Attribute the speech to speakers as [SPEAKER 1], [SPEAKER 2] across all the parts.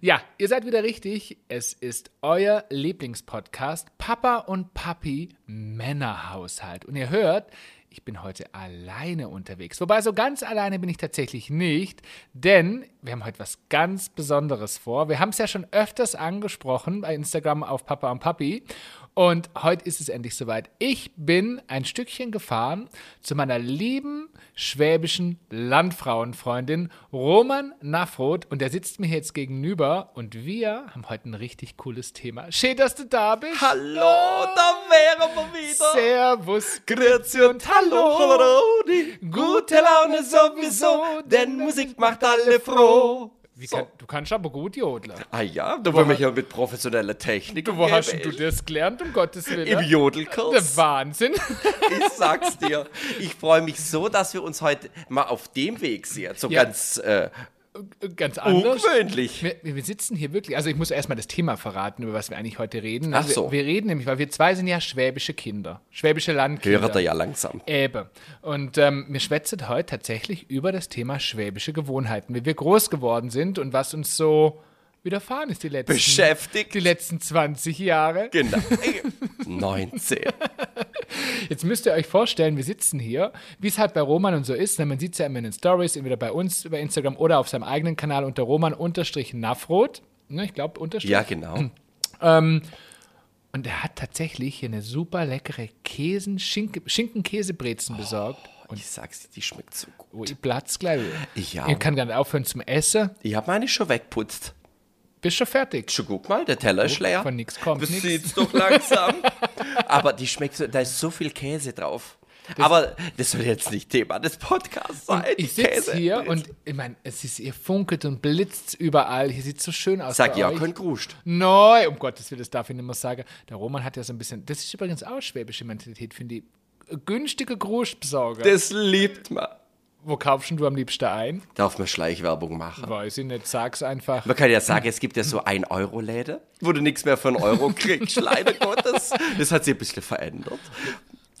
[SPEAKER 1] Ja, ihr seid wieder richtig. Es ist euer Lieblingspodcast Papa und Papi Männerhaushalt. Und ihr hört, ich bin heute alleine unterwegs. Wobei so ganz alleine bin ich tatsächlich nicht, denn wir haben heute was ganz Besonderes vor. Wir haben es ja schon öfters angesprochen bei Instagram auf Papa und Papi. Und heute ist es endlich soweit. Ich bin ein Stückchen gefahren zu meiner lieben schwäbischen Landfrauenfreundin Roman Nafroth und der sitzt mir jetzt gegenüber und wir haben heute ein richtig cooles Thema. Schön, dass du da bist.
[SPEAKER 2] Hallo, da wären wir wieder.
[SPEAKER 1] Servus.
[SPEAKER 2] Grüezi und hallo, Coloroni. Gute Laune sowieso, denn Musik macht alle froh.
[SPEAKER 1] Wie kann, du kannst aber gut jodeln.
[SPEAKER 2] Ah ja, da wollen wir ja mit professioneller Technik.
[SPEAKER 1] Wo hast
[SPEAKER 2] umgeben.
[SPEAKER 1] du das gelernt, um Gottes Willen?
[SPEAKER 2] Im Jodelkurs.
[SPEAKER 1] Der Wahnsinn.
[SPEAKER 2] Ich sag's dir. Ich freue mich so, dass wir uns heute mal auf dem Weg sehen. So
[SPEAKER 1] Ja.
[SPEAKER 2] ganz äh,
[SPEAKER 1] Ganz anders.
[SPEAKER 2] ungewöhnlich.
[SPEAKER 1] Wir, wir sitzen hier wirklich, also ich muss erstmal das Thema verraten, über was wir eigentlich heute reden. Also
[SPEAKER 2] Ach so.
[SPEAKER 1] wir, wir reden nämlich, weil wir zwei sind ja schwäbische Kinder, schwäbische Landkinder.
[SPEAKER 2] Hört er ja langsam.
[SPEAKER 1] Eben. Und ähm, wir schwätzen heute tatsächlich über das Thema schwäbische Gewohnheiten, wie wir groß geworden sind und was uns so widerfahren ist die letzten,
[SPEAKER 2] Beschäftigt.
[SPEAKER 1] die letzten 20 Jahre.
[SPEAKER 2] Genau. 19.
[SPEAKER 1] Jetzt müsst ihr euch vorstellen, wir sitzen hier, wie es halt bei Roman und so ist, denn man sieht es ja immer in den Stories, entweder bei uns über Instagram oder auf seinem eigenen Kanal unter Roman-Nafrot. Ne, ich glaube, unterstrich.
[SPEAKER 2] Ja, genau.
[SPEAKER 1] Hm. Und er hat tatsächlich hier eine super leckere Käsen, Schinken, Schinken-Käsebrezen besorgt. Und
[SPEAKER 2] Ich sag's dir, die schmeckt so gut.
[SPEAKER 1] oh, ich platz gleich.
[SPEAKER 2] Ja.
[SPEAKER 1] Ich kann gar nicht aufhören zum Essen.
[SPEAKER 2] Ich hab meine schon wegputzt.
[SPEAKER 1] Bist schon fertig.
[SPEAKER 2] Schon guck mal, der Teller ist leer.
[SPEAKER 1] Von nix kommt
[SPEAKER 2] Das
[SPEAKER 1] nix.
[SPEAKER 2] sieht's doch langsam. Aber die schmeckt so, da ist so viel Käse drauf. Aber das soll jetzt nicht Thema des Podcasts sein.
[SPEAKER 1] Ich
[SPEAKER 2] Käse.
[SPEAKER 1] sitze hier und ich meine, es ist, ihr funkelt und blitzt überall. Hier sieht so schön aus.
[SPEAKER 2] Sag
[SPEAKER 1] bei
[SPEAKER 2] ja,
[SPEAKER 1] euch.
[SPEAKER 2] könnt gruscht.
[SPEAKER 1] Neu, um Gottes Willen, das darf ich nicht mehr sagen. Der Roman hat ja so ein bisschen, das ist übrigens auch schwäbische Mentalität, finde ich. Günstige Großbesorger.
[SPEAKER 2] Das liebt man.
[SPEAKER 1] Wo kaufst denn du am liebsten ein?
[SPEAKER 2] Darf man Schleichwerbung machen?
[SPEAKER 1] Weiß ich nicht, sag's einfach.
[SPEAKER 2] Man kann ja sagen, es gibt ja so 1-Euro-Läden, wo du nichts mehr für einen Euro kriegst, leider Gottes. Das hat sich ein bisschen verändert.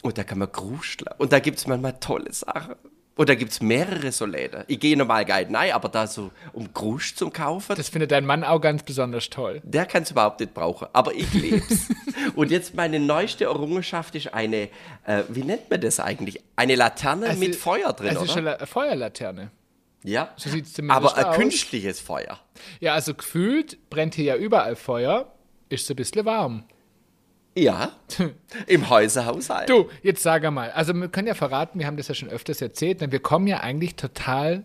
[SPEAKER 2] Und da kann man gruscheln. Und da gibt es manchmal tolle Sachen. Und da gibt es mehrere so Läden. Ich gehe normal gar nicht nein, aber da so um Grusch zum Kaufen,
[SPEAKER 1] Das findet dein Mann auch ganz besonders toll.
[SPEAKER 2] der kann es überhaupt nicht brauchen. Aber ich lieb's. Und jetzt meine neueste Errungenschaft ist eine, äh, wie nennt man das eigentlich? Eine Laterne
[SPEAKER 1] Also,
[SPEAKER 2] mit Feuer drin,
[SPEAKER 1] Es ist
[SPEAKER 2] oder?
[SPEAKER 1] eine La- Feuerlaterne.
[SPEAKER 2] Ja.
[SPEAKER 1] So sieht's zumindest
[SPEAKER 2] aber
[SPEAKER 1] aus.
[SPEAKER 2] ein künstliches Feuer.
[SPEAKER 1] Ja, also gefühlt brennt hier ja überall Feuer. Ist so ein bisschen warm.
[SPEAKER 2] Ja. Im Häuserhaushalt.
[SPEAKER 1] Du, jetzt sag mal, also wir können ja verraten, wir haben das ja schon öfters erzählt, denn wir kommen ja eigentlich total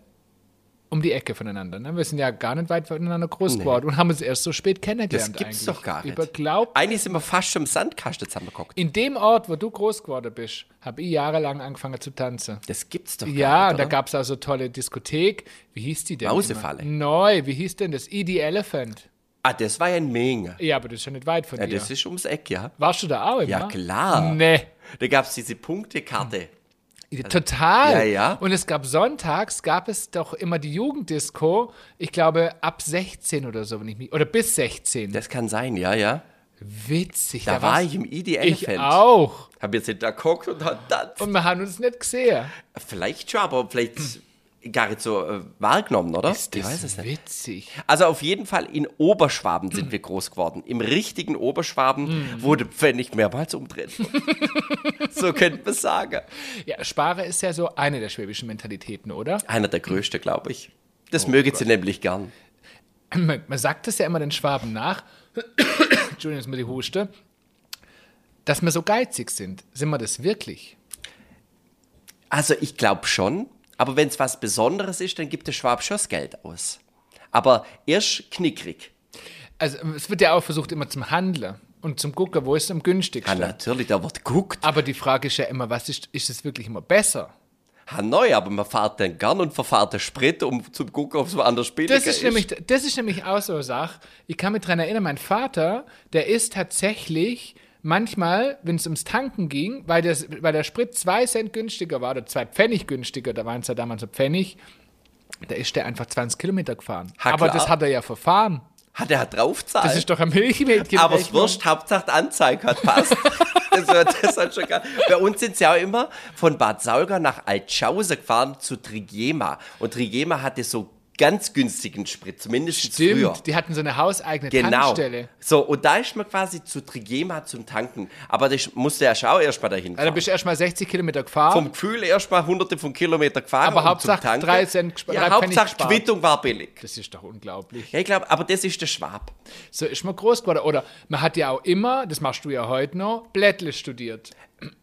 [SPEAKER 1] um die Ecke voneinander. Ne? Wir sind ja gar nicht weit voneinander groß geworden und haben uns erst so spät kennengelernt.
[SPEAKER 2] Das gibt's
[SPEAKER 1] eigentlich.
[SPEAKER 2] doch gar nicht.
[SPEAKER 1] Überglaubt.
[SPEAKER 2] Eigentlich sind wir fast schon im Sandkasten zusammengeguckt.
[SPEAKER 1] In dem Ort, wo du groß geworden bist, habe ich jahrelang angefangen zu tanzen.
[SPEAKER 2] Das gibt's doch
[SPEAKER 1] Ja,
[SPEAKER 2] gar
[SPEAKER 1] und da
[SPEAKER 2] nicht.
[SPEAKER 1] gab es also tolle Diskothek. Wie hieß die denn?
[SPEAKER 2] Mausefalle.
[SPEAKER 1] Immer? Neu, wie hieß denn das? E.D. Elephant.
[SPEAKER 2] ah, das war ja in Menge.
[SPEAKER 1] Ja, aber das ist ja nicht weit von
[SPEAKER 2] Ja,
[SPEAKER 1] dir.
[SPEAKER 2] das ist ums Eck, ja.
[SPEAKER 1] Warst du da auch immer?
[SPEAKER 2] Ja, klar.
[SPEAKER 1] Nee.
[SPEAKER 2] Da gab's diese
[SPEAKER 1] Hm.
[SPEAKER 2] Punktekarte.
[SPEAKER 1] Total.
[SPEAKER 2] Ja, ja.
[SPEAKER 1] Und es gab sonntags, gab es doch immer die Jugenddisco, ich glaube ab 16 oder so, wenn ich mich, oder bis 16.
[SPEAKER 2] Das kann sein, ja, ja.
[SPEAKER 1] Witzig.
[SPEAKER 2] Da war
[SPEAKER 1] war's-
[SPEAKER 2] ich im
[SPEAKER 1] Ich
[SPEAKER 2] IDL-Fan.
[SPEAKER 1] auch.
[SPEAKER 2] Hab jetzt nicht da geguckt und hab dann.
[SPEAKER 1] Und wir haben uns nicht gesehen.
[SPEAKER 2] Vielleicht schon, aber vielleicht gar nicht so äh, wahrgenommen, oder? ich weiß es nicht.
[SPEAKER 1] witzig.
[SPEAKER 2] Also auf jeden Fall in Oberschwaben sind wir groß geworden. Im richtigen Oberschwaben wurde Pfennig mehrmals umdreht. so könnte man sagen.
[SPEAKER 1] Ja, Spare ist ja so eine der schwäbischen Mentalitäten, oder?
[SPEAKER 2] Einer der größten, glaube ich. Das mögen sie nämlich gern.
[SPEAKER 1] Man, man sagt es ja immer den Schwaben nach, Entschuldigung, dass mir die Huste, dass wir so geizig sind. Sind wir das wirklich?
[SPEAKER 2] Also ich glaube schon, aber wenn es was Besonderes ist, dann gibt der Schwab schon das Geld aus. Aber erst knickrig.
[SPEAKER 1] Also es wird ja auch versucht immer zum Handler und zum Gucker, wo ist es am
[SPEAKER 2] Ja,
[SPEAKER 1] günstigsten.
[SPEAKER 2] natürlich, da wird geguckt.
[SPEAKER 1] Aber die Frage ist ja immer, was ist, ist es wirklich immer besser?
[SPEAKER 2] Hanoi, aber man fährt dann gern und verfahrt den Sprit, um zum gucken, ob es woanders billiger
[SPEAKER 1] Das ist, nämlich, das ist nämlich auch so eine Sache. Ich kann mich daran erinnern, mein Vater, der ist tatsächlich manchmal, wenn es ums Tanken ging, weil, das, weil der Sprit zwei Cent günstiger war oder zwei Pfennig günstiger, da waren es ja damals so Pfennig, da ist der einfach 20 Kilometer gefahren.
[SPEAKER 2] Ha,
[SPEAKER 1] Aber
[SPEAKER 2] klar.
[SPEAKER 1] das hat er ja verfahren.
[SPEAKER 2] Hat er draufzahlt.
[SPEAKER 1] Das ist doch ein Milchmädchen.
[SPEAKER 2] aber es wurscht, Hauptsache die Anzeige hat passt. das war, das hat schon gar... Bei uns sind sie ja auch immer von Bad Sauger nach Altschauser gefahren zu Trigema. Und Trigema hatte so ganz günstigen Sprit, zumindest
[SPEAKER 1] Stimmt,
[SPEAKER 2] früher.
[SPEAKER 1] die hatten so eine hauseigene
[SPEAKER 2] Genau.
[SPEAKER 1] Tankstelle.
[SPEAKER 2] So, und da ist man quasi zu Trigema zum Tanken. Aber das musste ja schon erstmal dahin
[SPEAKER 1] Ja, da
[SPEAKER 2] fahren.
[SPEAKER 1] bist du erstmal 60 Kilometer gefahren.
[SPEAKER 2] Vom Gefühl erstmal hunderte von Kilometern gefahren.
[SPEAKER 1] Aber
[SPEAKER 2] um zum
[SPEAKER 1] Hauptsache
[SPEAKER 2] Tanken.
[SPEAKER 1] drei Cent gespa- drei
[SPEAKER 2] ja,
[SPEAKER 1] Pfennig
[SPEAKER 2] Hauptsache
[SPEAKER 1] gespart.
[SPEAKER 2] Quittung war billig.
[SPEAKER 1] das ist doch unglaublich.
[SPEAKER 2] Ja, ich glaube, aber das ist der Schwab.
[SPEAKER 1] So ist man groß geworden. Oder man hat ja auch immer, das machst du ja heute noch, Blättle studiert.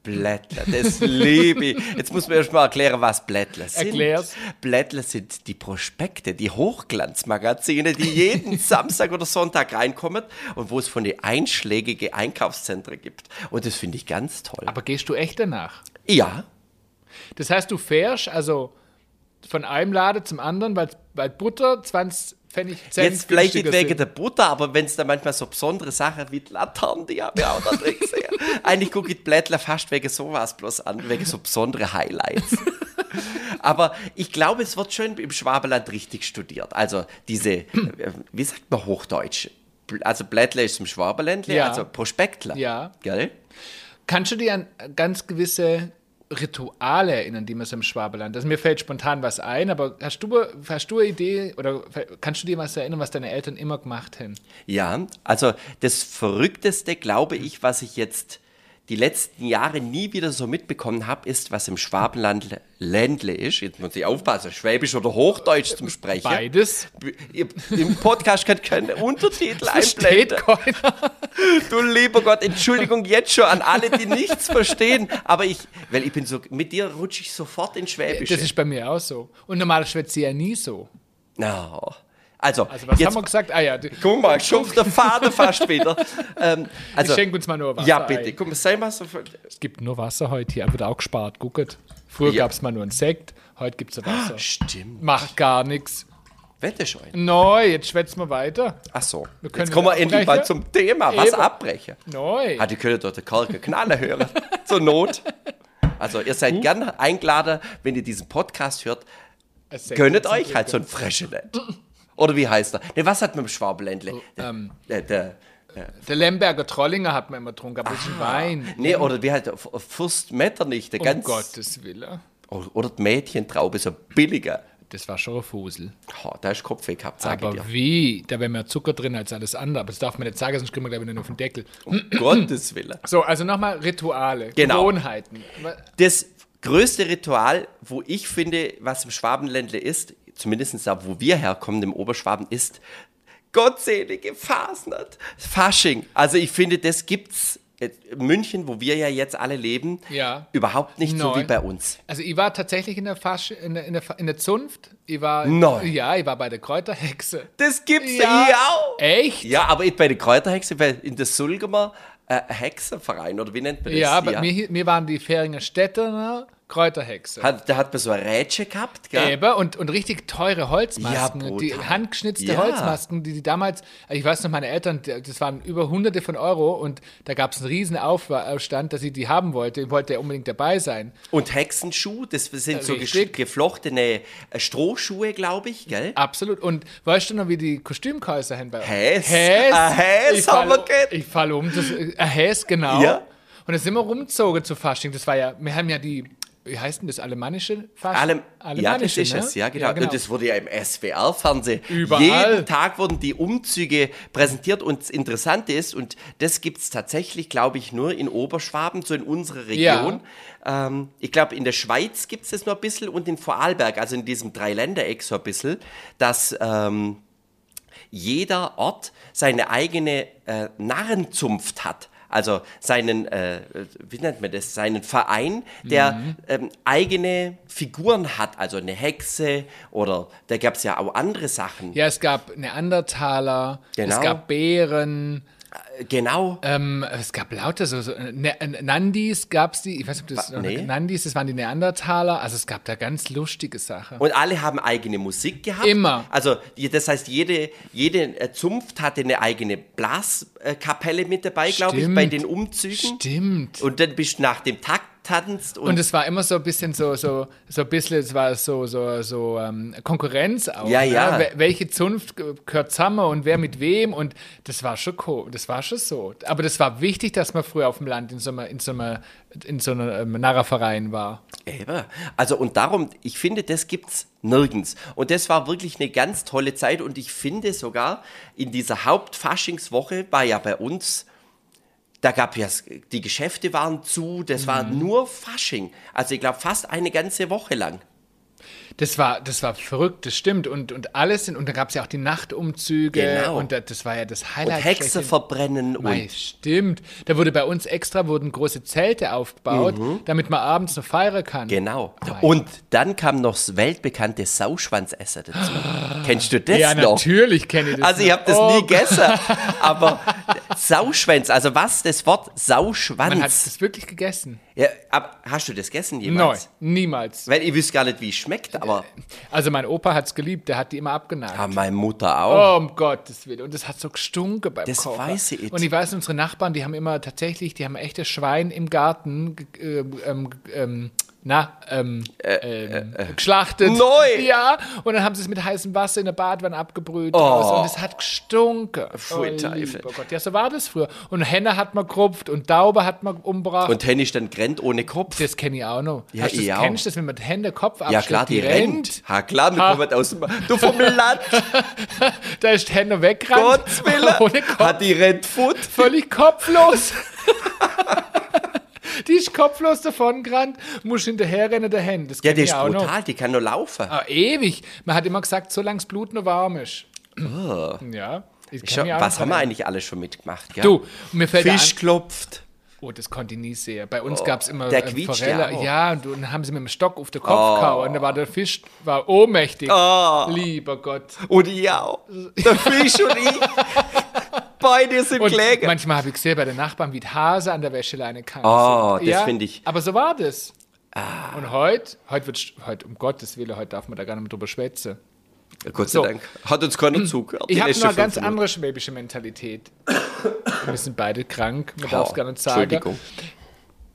[SPEAKER 2] Blättler, das liebe ich. Jetzt muss man erst mal erklären, was Blättler sind.
[SPEAKER 1] Erklär's.
[SPEAKER 2] Blättler sind die Prospekte, die Hochglanzmagazine, die jeden Samstag oder Sonntag reinkommen und wo es von den einschlägigen Einkaufszentren gibt. Und das finde ich ganz toll.
[SPEAKER 1] Aber gehst du echt danach?
[SPEAKER 2] ja,
[SPEAKER 1] Das heißt, du fährst also von einem Laden zum anderen, weil, weil Butter 20 Pfennig Cent
[SPEAKER 2] jetzt vielleicht nicht
[SPEAKER 1] günstiger
[SPEAKER 2] wegen
[SPEAKER 1] sind.
[SPEAKER 2] der Butter, aber wenn es da manchmal so besondere Sachen wie die Laternen, die habe ich auch da drin gesehen. Eigentlich gucke ich die Blättler fast wegen sowas bloß an, wegen so besondere Highlights. Aber ich glaube, es wird schon im Schwabenland richtig studiert. Also diese, äh, wie sagt man Hochdeutsch? Bl- Also Blättler ist im Schwabenländle,
[SPEAKER 1] Ja.
[SPEAKER 2] also Prospektler.
[SPEAKER 1] Ja.
[SPEAKER 2] Gell?
[SPEAKER 1] Kannst du dir an äh, ganz gewisse Rituale erinnern, die man so im Schwabeland? Also mir fällt spontan was ein, aber hast du, hast du eine Idee oder kannst du dir was erinnern, was deine Eltern immer gemacht haben?
[SPEAKER 2] Ja, also das Verrückteste, glaube ich, was ich jetzt die letzten Jahre nie wieder so mitbekommen habe, ist, was im Schwabenland Ländle ist. Jetzt muss ich aufpassen, Schwäbisch oder Hochdeutsch zum Sprechen.
[SPEAKER 1] Beides?
[SPEAKER 2] Ihr- Im Podcast kann keine Untertitel
[SPEAKER 1] Versteht
[SPEAKER 2] einblenden.
[SPEAKER 1] keiner.
[SPEAKER 2] Du lieber Gott, Entschuldigung jetzt schon an alle, die nichts verstehen. Aber ich, weil ich bin so, mit dir rutsche ich sofort in Schwäbisch.
[SPEAKER 1] Das ist bei mir auch so. Und normal schwätze ich ja nie so.
[SPEAKER 2] No. Also,
[SPEAKER 1] Also was
[SPEAKER 2] jetzt,
[SPEAKER 1] haben wir gesagt? Ah ja, die-
[SPEAKER 2] guck mal, schupft der Faden fast wieder. Ähm, also,
[SPEAKER 1] ich schenke uns mal nur Wasser
[SPEAKER 2] ja, bitte,
[SPEAKER 1] Ein.
[SPEAKER 2] guck mal, sei mal so.
[SPEAKER 1] Es gibt nur Wasser heute hier, wird auch gespart, gucket. Früher
[SPEAKER 2] Ja.
[SPEAKER 1] gab es mal nur ein Sekt, heute gibt es Wasser.
[SPEAKER 2] Stimmt.
[SPEAKER 1] Macht gar nichts.
[SPEAKER 2] Wetterschein.
[SPEAKER 1] Neu, jetzt schwätzen wir weiter.
[SPEAKER 2] Ach so.
[SPEAKER 1] können
[SPEAKER 2] Jetzt kommen wir
[SPEAKER 1] abbrechen.
[SPEAKER 2] endlich mal zum Thema. Was
[SPEAKER 1] Eben.
[SPEAKER 2] abbrechen?
[SPEAKER 1] Neu.
[SPEAKER 2] Ah, die können dort den Kalker knallen hören. Zur Not. Also, ihr
[SPEAKER 1] Hm?
[SPEAKER 2] seid gern eingeladen, wenn ihr diesen Podcast hört.
[SPEAKER 1] Ein Sekt
[SPEAKER 2] Gönnt
[SPEAKER 1] jetzt
[SPEAKER 2] euch halt so ein Freschenet. Oder wie heißt er? Ne, was hat mit dem
[SPEAKER 1] Oh,
[SPEAKER 2] Schwabländle?
[SPEAKER 1] ähm.
[SPEAKER 2] Der- der-
[SPEAKER 1] Der Lemberger Trollinger hat man immer getrunken, aber
[SPEAKER 2] Ah,
[SPEAKER 1] das ist ein Wein.
[SPEAKER 2] nee, oder wie halt F- Fürst Metternich, der
[SPEAKER 1] Um
[SPEAKER 2] ganz. Oh,
[SPEAKER 1] Gottes Willen.
[SPEAKER 2] Oder die Mädchentraube, so billiger.
[SPEAKER 1] Das war schon ein Fusel.
[SPEAKER 2] Oh, da ist Kopfweh gehabt, sag ich
[SPEAKER 1] Aber
[SPEAKER 2] dir.
[SPEAKER 1] wie? Da wäre mehr Zucker drin als alles andere. Aber das darf man nicht sagen, sonst kriegen wir gleich wieder nur auf den Deckel.
[SPEAKER 2] Um Gottes Willen.
[SPEAKER 1] So, also nochmal Rituale,
[SPEAKER 2] Genau.
[SPEAKER 1] Gewohnheiten.
[SPEAKER 2] Das größte Ritual, wo ich finde, was im Schwabenländle ist, zumindest da, wo wir herkommen, im Oberschwaben, ist gottselige Fasnacht. Fasching. Also ich finde, das gibt's in München, wo wir ja jetzt alle leben,
[SPEAKER 1] Ja.
[SPEAKER 2] überhaupt nicht so
[SPEAKER 1] Neu.
[SPEAKER 2] wie bei uns.
[SPEAKER 1] Also ich war tatsächlich in der, Fasch, in der, in der, Fa- in der Zunft. Ich war,
[SPEAKER 2] Nein.
[SPEAKER 1] Ja, ich war bei der Kräuterhexe.
[SPEAKER 2] Das gibt's ja, hier auch.
[SPEAKER 1] Echt?
[SPEAKER 2] Ja, aber bei den Kräuterhexen, weil in der Sulgemer äh, Hexenverein, oder wie nennt man das?
[SPEAKER 1] ja, bei mir, hi- mir waren die Fähringer Städtener Kräuterhexe.
[SPEAKER 2] Hat, da hat man so ein Rätsche gehabt, gell?
[SPEAKER 1] Eben, und, und richtig teure Holzmasken,
[SPEAKER 2] Ja,
[SPEAKER 1] die
[SPEAKER 2] brutal.
[SPEAKER 1] handgeschnitzte
[SPEAKER 2] Ja.
[SPEAKER 1] Holzmasken, die, die damals, also ich weiß noch, meine Eltern, das waren über hunderte von Euro und da gab es einen riesen Aufstand, dass ich die haben wollte. Ich wollte ja unbedingt dabei sein.
[SPEAKER 2] Und Hexenschuh, das sind so
[SPEAKER 1] Richtig.
[SPEAKER 2] gesch- geflochtene äh, Strohschuhe, glaube ich, gell?
[SPEAKER 1] Absolut. Und weißt du noch, wie die Kostümkäuser hin bei uns?
[SPEAKER 2] Häs.
[SPEAKER 1] Häs.
[SPEAKER 2] Ein Häs
[SPEAKER 1] Ich
[SPEAKER 2] Ah, haben
[SPEAKER 1] fall-
[SPEAKER 2] wir gehabt.
[SPEAKER 1] Ich fall um. Das, äh, ein Häs, genau.
[SPEAKER 2] Ja.
[SPEAKER 1] Und dann sind wir rumgezogen zu Fasching. Das war ja, wir haben ja die, wie heißt denn das, alemannische Fasching?
[SPEAKER 2] Allem, ja, das
[SPEAKER 1] Alemannische,
[SPEAKER 2] ist
[SPEAKER 1] ne?
[SPEAKER 2] es, ja genau. Und das wurde ja im SWR-Fernsehen.
[SPEAKER 1] Überall.
[SPEAKER 2] Jeden Tag wurden die Umzüge präsentiert und das Interessante ist, und das gibt es tatsächlich, glaube ich, nur in Oberschwaben, so in unserer Region. Ähm, ich glaube, in der Schweiz gibt es das nur ein bisschen und in Vorarlberg, also in diesem Dreiländereck so ein bisschen, dass ähm, jeder Ort seine eigene äh, Narrenzunft hat. Also seinen, äh, wie nennt man das, seinen Verein, der ähm, eigene Figuren hat, also eine Hexe oder da gab es ja auch andere Sachen.
[SPEAKER 1] Ja, es gab Neandertaler,
[SPEAKER 2] Genau.
[SPEAKER 1] es gab Bären,
[SPEAKER 2] Genau.
[SPEAKER 1] ähm, es gab lauter so, so ne, Nandis gab's die, ich weiß nicht, ob das
[SPEAKER 2] Wa- nee.
[SPEAKER 1] Nandis, das waren die Neandertaler, also es gab da ganz lustige Sachen.
[SPEAKER 2] Und alle haben eigene Musik gehabt.
[SPEAKER 1] Immer.
[SPEAKER 2] Also die- das heißt, jede, jede äh, Zunft hatte eine eigene Blaskapelle mit dabei, glaube ich, bei
[SPEAKER 1] Stimmt.
[SPEAKER 2] den Umzügen.
[SPEAKER 1] Stimmt.
[SPEAKER 2] Und dann bist du nach dem Takt tanzt und,
[SPEAKER 1] Und es war immer so ein bisschen so, so, so ein bisschen, es war so, so, so ähm, Konkurrenz auch.
[SPEAKER 2] Ja,
[SPEAKER 1] ne?
[SPEAKER 2] ja.
[SPEAKER 1] Wel- Welche Zunft ge- gehört zusammen und wer mit wem und das war schon cool, das war schon so. Aber das war wichtig, dass man früher auf dem Land in so einer, in so einer, in so einer ähm, Narrerverein war.
[SPEAKER 2] Eben. Also und darum, ich finde, das gibt's nirgends. Und das war wirklich eine ganz tolle Zeit. Und ich finde sogar, in dieser Hauptfaschingswoche war ja bei uns, da gab ja, die Geschäfte waren zu, das war
[SPEAKER 1] Mhm.
[SPEAKER 2] nur Fasching. Also ich glaube, fast eine ganze Woche lang.
[SPEAKER 1] Das war, das war verrückt, das stimmt. Und, und alles, in, und da gab es ja auch die Nachtumzüge
[SPEAKER 2] Genau.
[SPEAKER 1] und da, das war ja das
[SPEAKER 2] Und
[SPEAKER 1] Highlight.
[SPEAKER 2] Hexe
[SPEAKER 1] schlechthin.
[SPEAKER 2] verbrennen
[SPEAKER 1] Mei,
[SPEAKER 2] und
[SPEAKER 1] stimmt. Da wurde bei uns extra wurden große Zelte aufgebaut, damit man abends noch feiern kann.
[SPEAKER 2] Mhm. Genau.
[SPEAKER 1] Mei.
[SPEAKER 2] Und dann kam noch das weltbekannte Sauschwanzessen dazu. Kennst du das
[SPEAKER 1] ja,
[SPEAKER 2] noch?
[SPEAKER 1] natürlich kenne ich das.
[SPEAKER 2] Also ich
[SPEAKER 1] noch.
[SPEAKER 2] habe das
[SPEAKER 1] Oh
[SPEAKER 2] nie gegessen, aber Sauschwanz, also was das Wort Sauschwanz?
[SPEAKER 1] Man hat das wirklich gegessen.
[SPEAKER 2] ja, ab, hast du das gegessen
[SPEAKER 1] Nein,
[SPEAKER 2] jemals?
[SPEAKER 1] niemals.
[SPEAKER 2] Weil ich wüsste gar nicht, wie es schmeckt, aber
[SPEAKER 1] Also mein Opa hat's geliebt, der hat die immer abgenagt.
[SPEAKER 2] ja, meine Mutter auch.
[SPEAKER 1] Oh, um Gottes Willen. Und das hat so gestunken beim
[SPEAKER 2] Das
[SPEAKER 1] Kochen.
[SPEAKER 2] weiß ich.
[SPEAKER 1] Und ich weiß, unsere Nachbarn, die haben immer tatsächlich, die haben echte Schwein im Garten ge- ähm, ähm, ähm, na, ähm, ähm, geschlachtet.
[SPEAKER 2] Äh, Neu! Oh.
[SPEAKER 1] Ja, und dann haben sie es mit heißem Wasser in der Badewanne abgebrüht. Und es hat gestunken.
[SPEAKER 2] Pfui, Teufel.
[SPEAKER 1] lieber Gott. Ja, so war das früher. Und Henne hat man gerupft und Daube hat man umgebracht.
[SPEAKER 2] Und Henny dann rennt ohne Kopf.
[SPEAKER 1] das kenne ich auch noch.
[SPEAKER 2] Ja,
[SPEAKER 1] Hast du
[SPEAKER 2] ich
[SPEAKER 1] das,
[SPEAKER 2] auch.
[SPEAKER 1] kennst du das, wenn man die Hände Kopf abschlägt?
[SPEAKER 2] ja klar, die, rennt. Ha klar, wir
[SPEAKER 1] Ha.
[SPEAKER 2] kommen aus dem du vom Land,
[SPEAKER 1] Da ist die Hände weggerannt.
[SPEAKER 2] Gottes Willen.
[SPEAKER 1] Ohne Kopf.
[SPEAKER 2] Hat die rennt Foot.
[SPEAKER 1] völlig kopflos. die ist kopflos davongerannt, muss hinterherrennen der Hände. Das
[SPEAKER 2] Ja,
[SPEAKER 1] kenn
[SPEAKER 2] die
[SPEAKER 1] ich
[SPEAKER 2] ist
[SPEAKER 1] auch noch.
[SPEAKER 2] brutal, die kann nur laufen.
[SPEAKER 1] Aber ewig. Man hat immer gesagt, solange das Blut noch warm ist. Ja. Ich kenn
[SPEAKER 2] Oh. Schau,
[SPEAKER 1] mich auch
[SPEAKER 2] was
[SPEAKER 1] noch
[SPEAKER 2] haben wir
[SPEAKER 1] dran
[SPEAKER 2] eigentlich alles schon mitgemacht? Gell?
[SPEAKER 1] erinnern. Du, und mir fällt
[SPEAKER 2] Fisch
[SPEAKER 1] Fisch.
[SPEAKER 2] klopft.
[SPEAKER 1] An, oh, das konnte ich nie sehen. Bei uns gab's immer
[SPEAKER 2] der
[SPEAKER 1] ähm,
[SPEAKER 2] quietscht
[SPEAKER 1] Forelle.
[SPEAKER 2] ja auch. Oh.
[SPEAKER 1] Ja, und dann haben sie mit dem Stock auf den Kopf gehauen. Da war der Fisch war ohnmächtig. Lieber Gott.
[SPEAKER 2] Und ich auch. Der Fisch und ich. Beide sind
[SPEAKER 1] Und
[SPEAKER 2] Kläger.
[SPEAKER 1] manchmal habe ich gesehen bei den Nachbarn, wie die Hase an der Wäscheleine kam.
[SPEAKER 2] Oh, das finde ich. Ah.
[SPEAKER 1] Aber so war das. Und heute, heute wird, heute um Gottes Willen, heute darf man da gar nicht mehr drüber schwätzen.
[SPEAKER 2] Gott sei
[SPEAKER 1] So.
[SPEAKER 2] Dank. Hat uns keiner zugehört. die
[SPEAKER 1] Ich habe
[SPEAKER 2] letzten
[SPEAKER 1] nur eine ganz
[SPEAKER 2] fünf Minuten.
[SPEAKER 1] andere schwäbische Mentalität. Wir sind beide krank, man
[SPEAKER 2] Oh,
[SPEAKER 1] darf es gar nicht sagen.
[SPEAKER 2] Entschuldigung.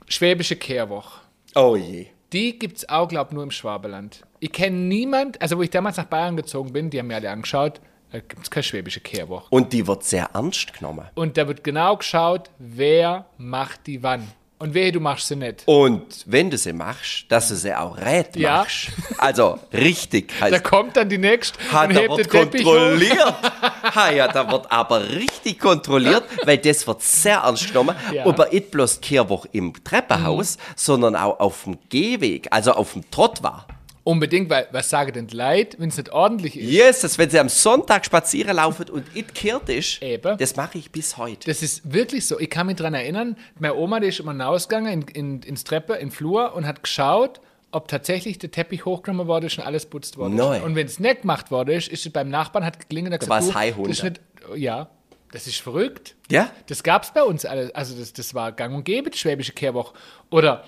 [SPEAKER 1] Schwäbische Kehrwoche.
[SPEAKER 2] Oh je.
[SPEAKER 1] Die gibt's auch, glaub nur im Schwabeland. Ich kenne niemand, also wo ich damals nach Bayern gezogen bin, die haben mir alle angeschaut, da gibt's keine schwäbische Kehrwoche.
[SPEAKER 2] Und die wird sehr ernst genommen.
[SPEAKER 1] Und da wird genau geschaut, wer macht die wann. Und wehe, du machst sie nicht.
[SPEAKER 2] Und wenn du sie machst, dass du sie auch rät
[SPEAKER 1] Ja.
[SPEAKER 2] machst. Also richtig heißt.
[SPEAKER 1] Da kommt dann die nächste
[SPEAKER 2] Ha,
[SPEAKER 1] und
[SPEAKER 2] da
[SPEAKER 1] hebt den
[SPEAKER 2] wird
[SPEAKER 1] Teppich hoch.
[SPEAKER 2] kontrolliert. ha, ja, da wird aber richtig kontrolliert, weil das wird sehr ernst genommen.
[SPEAKER 1] Ja. Mhm.
[SPEAKER 2] Aber nicht bloß die Kehrwoche im Treppenhaus, sondern auch auf dem Gehweg, also auf dem Trott war.
[SPEAKER 1] Unbedingt, weil was sage denn die Leute, wenn es nicht ordentlich ist?
[SPEAKER 2] Jesus, wenn sie am Sonntag spazieren laufen und it kehrt ist,
[SPEAKER 1] Eben.
[SPEAKER 2] das mache ich bis heute.
[SPEAKER 1] Das ist wirklich so. Ich kann mich daran erinnern, meine Oma, die ist immer rausgegangen in, in, ins Treppe, in den Flur und hat geschaut, ob tatsächlich der Teppich hochgenommen worden ist und alles putzt worden
[SPEAKER 2] Nein.
[SPEAKER 1] ist. Und wenn es nicht gemacht worden ist, ist sie beim Nachbarn, hat geklingelt und hat
[SPEAKER 2] war's
[SPEAKER 1] gesagt,
[SPEAKER 2] High
[SPEAKER 1] du, das ist nicht, ja, das ist verrückt.
[SPEAKER 2] Ja?
[SPEAKER 1] Das gab es bei uns alles. Also das, das war gang und gäbe, die schwäbische Kehrwoche. Oder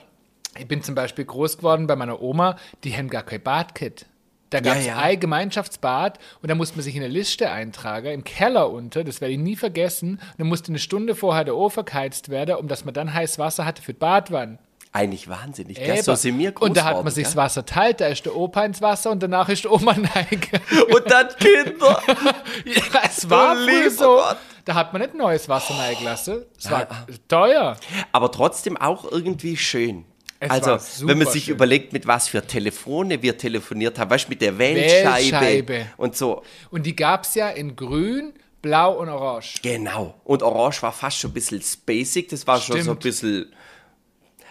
[SPEAKER 1] ich bin zum Beispiel groß geworden bei meiner Oma, die haben gar kein Badkit. Da gab es
[SPEAKER 2] ja.
[SPEAKER 1] ein Gemeinschaftsbad und da musste man sich in eine Liste eintragen, im Keller unter, das werde ich nie vergessen. Und dann musste eine Stunde vorher der Ofen geheizt werden, um dass man dann heiß Wasser hatte für die Badwanne.
[SPEAKER 2] Eigentlich wahnsinnig. Gell?
[SPEAKER 1] Eben.
[SPEAKER 2] So sind wir groß
[SPEAKER 1] und da hat man
[SPEAKER 2] worden,
[SPEAKER 1] sich das
[SPEAKER 2] gell?
[SPEAKER 1] Wasser teilt, da ist der Opa ins Wasser und danach ist die Oma neige.
[SPEAKER 2] Und dann Kinder.
[SPEAKER 1] ja, es war
[SPEAKER 2] Du
[SPEAKER 1] früher
[SPEAKER 2] lieber
[SPEAKER 1] so.
[SPEAKER 2] Gott.
[SPEAKER 1] Da hat man nicht neues Wasser reingelassen. Es war teuer.
[SPEAKER 2] Aber trotzdem auch irgendwie schön.
[SPEAKER 1] Es war
[SPEAKER 2] also,
[SPEAKER 1] super
[SPEAKER 2] wenn man sich
[SPEAKER 1] schön.
[SPEAKER 2] überlegt, mit was für Telefone wir telefoniert haben, weißt du, mit der Wählscheibe,
[SPEAKER 1] Wählscheibe.
[SPEAKER 2] und so.
[SPEAKER 1] Und die gab es ja in grün, blau und orange.
[SPEAKER 2] Genau. Und Orange war fast schon ein bisschen basic, das war schon so ein
[SPEAKER 1] Stimmt. bisschen-
[SPEAKER 2] bisschen.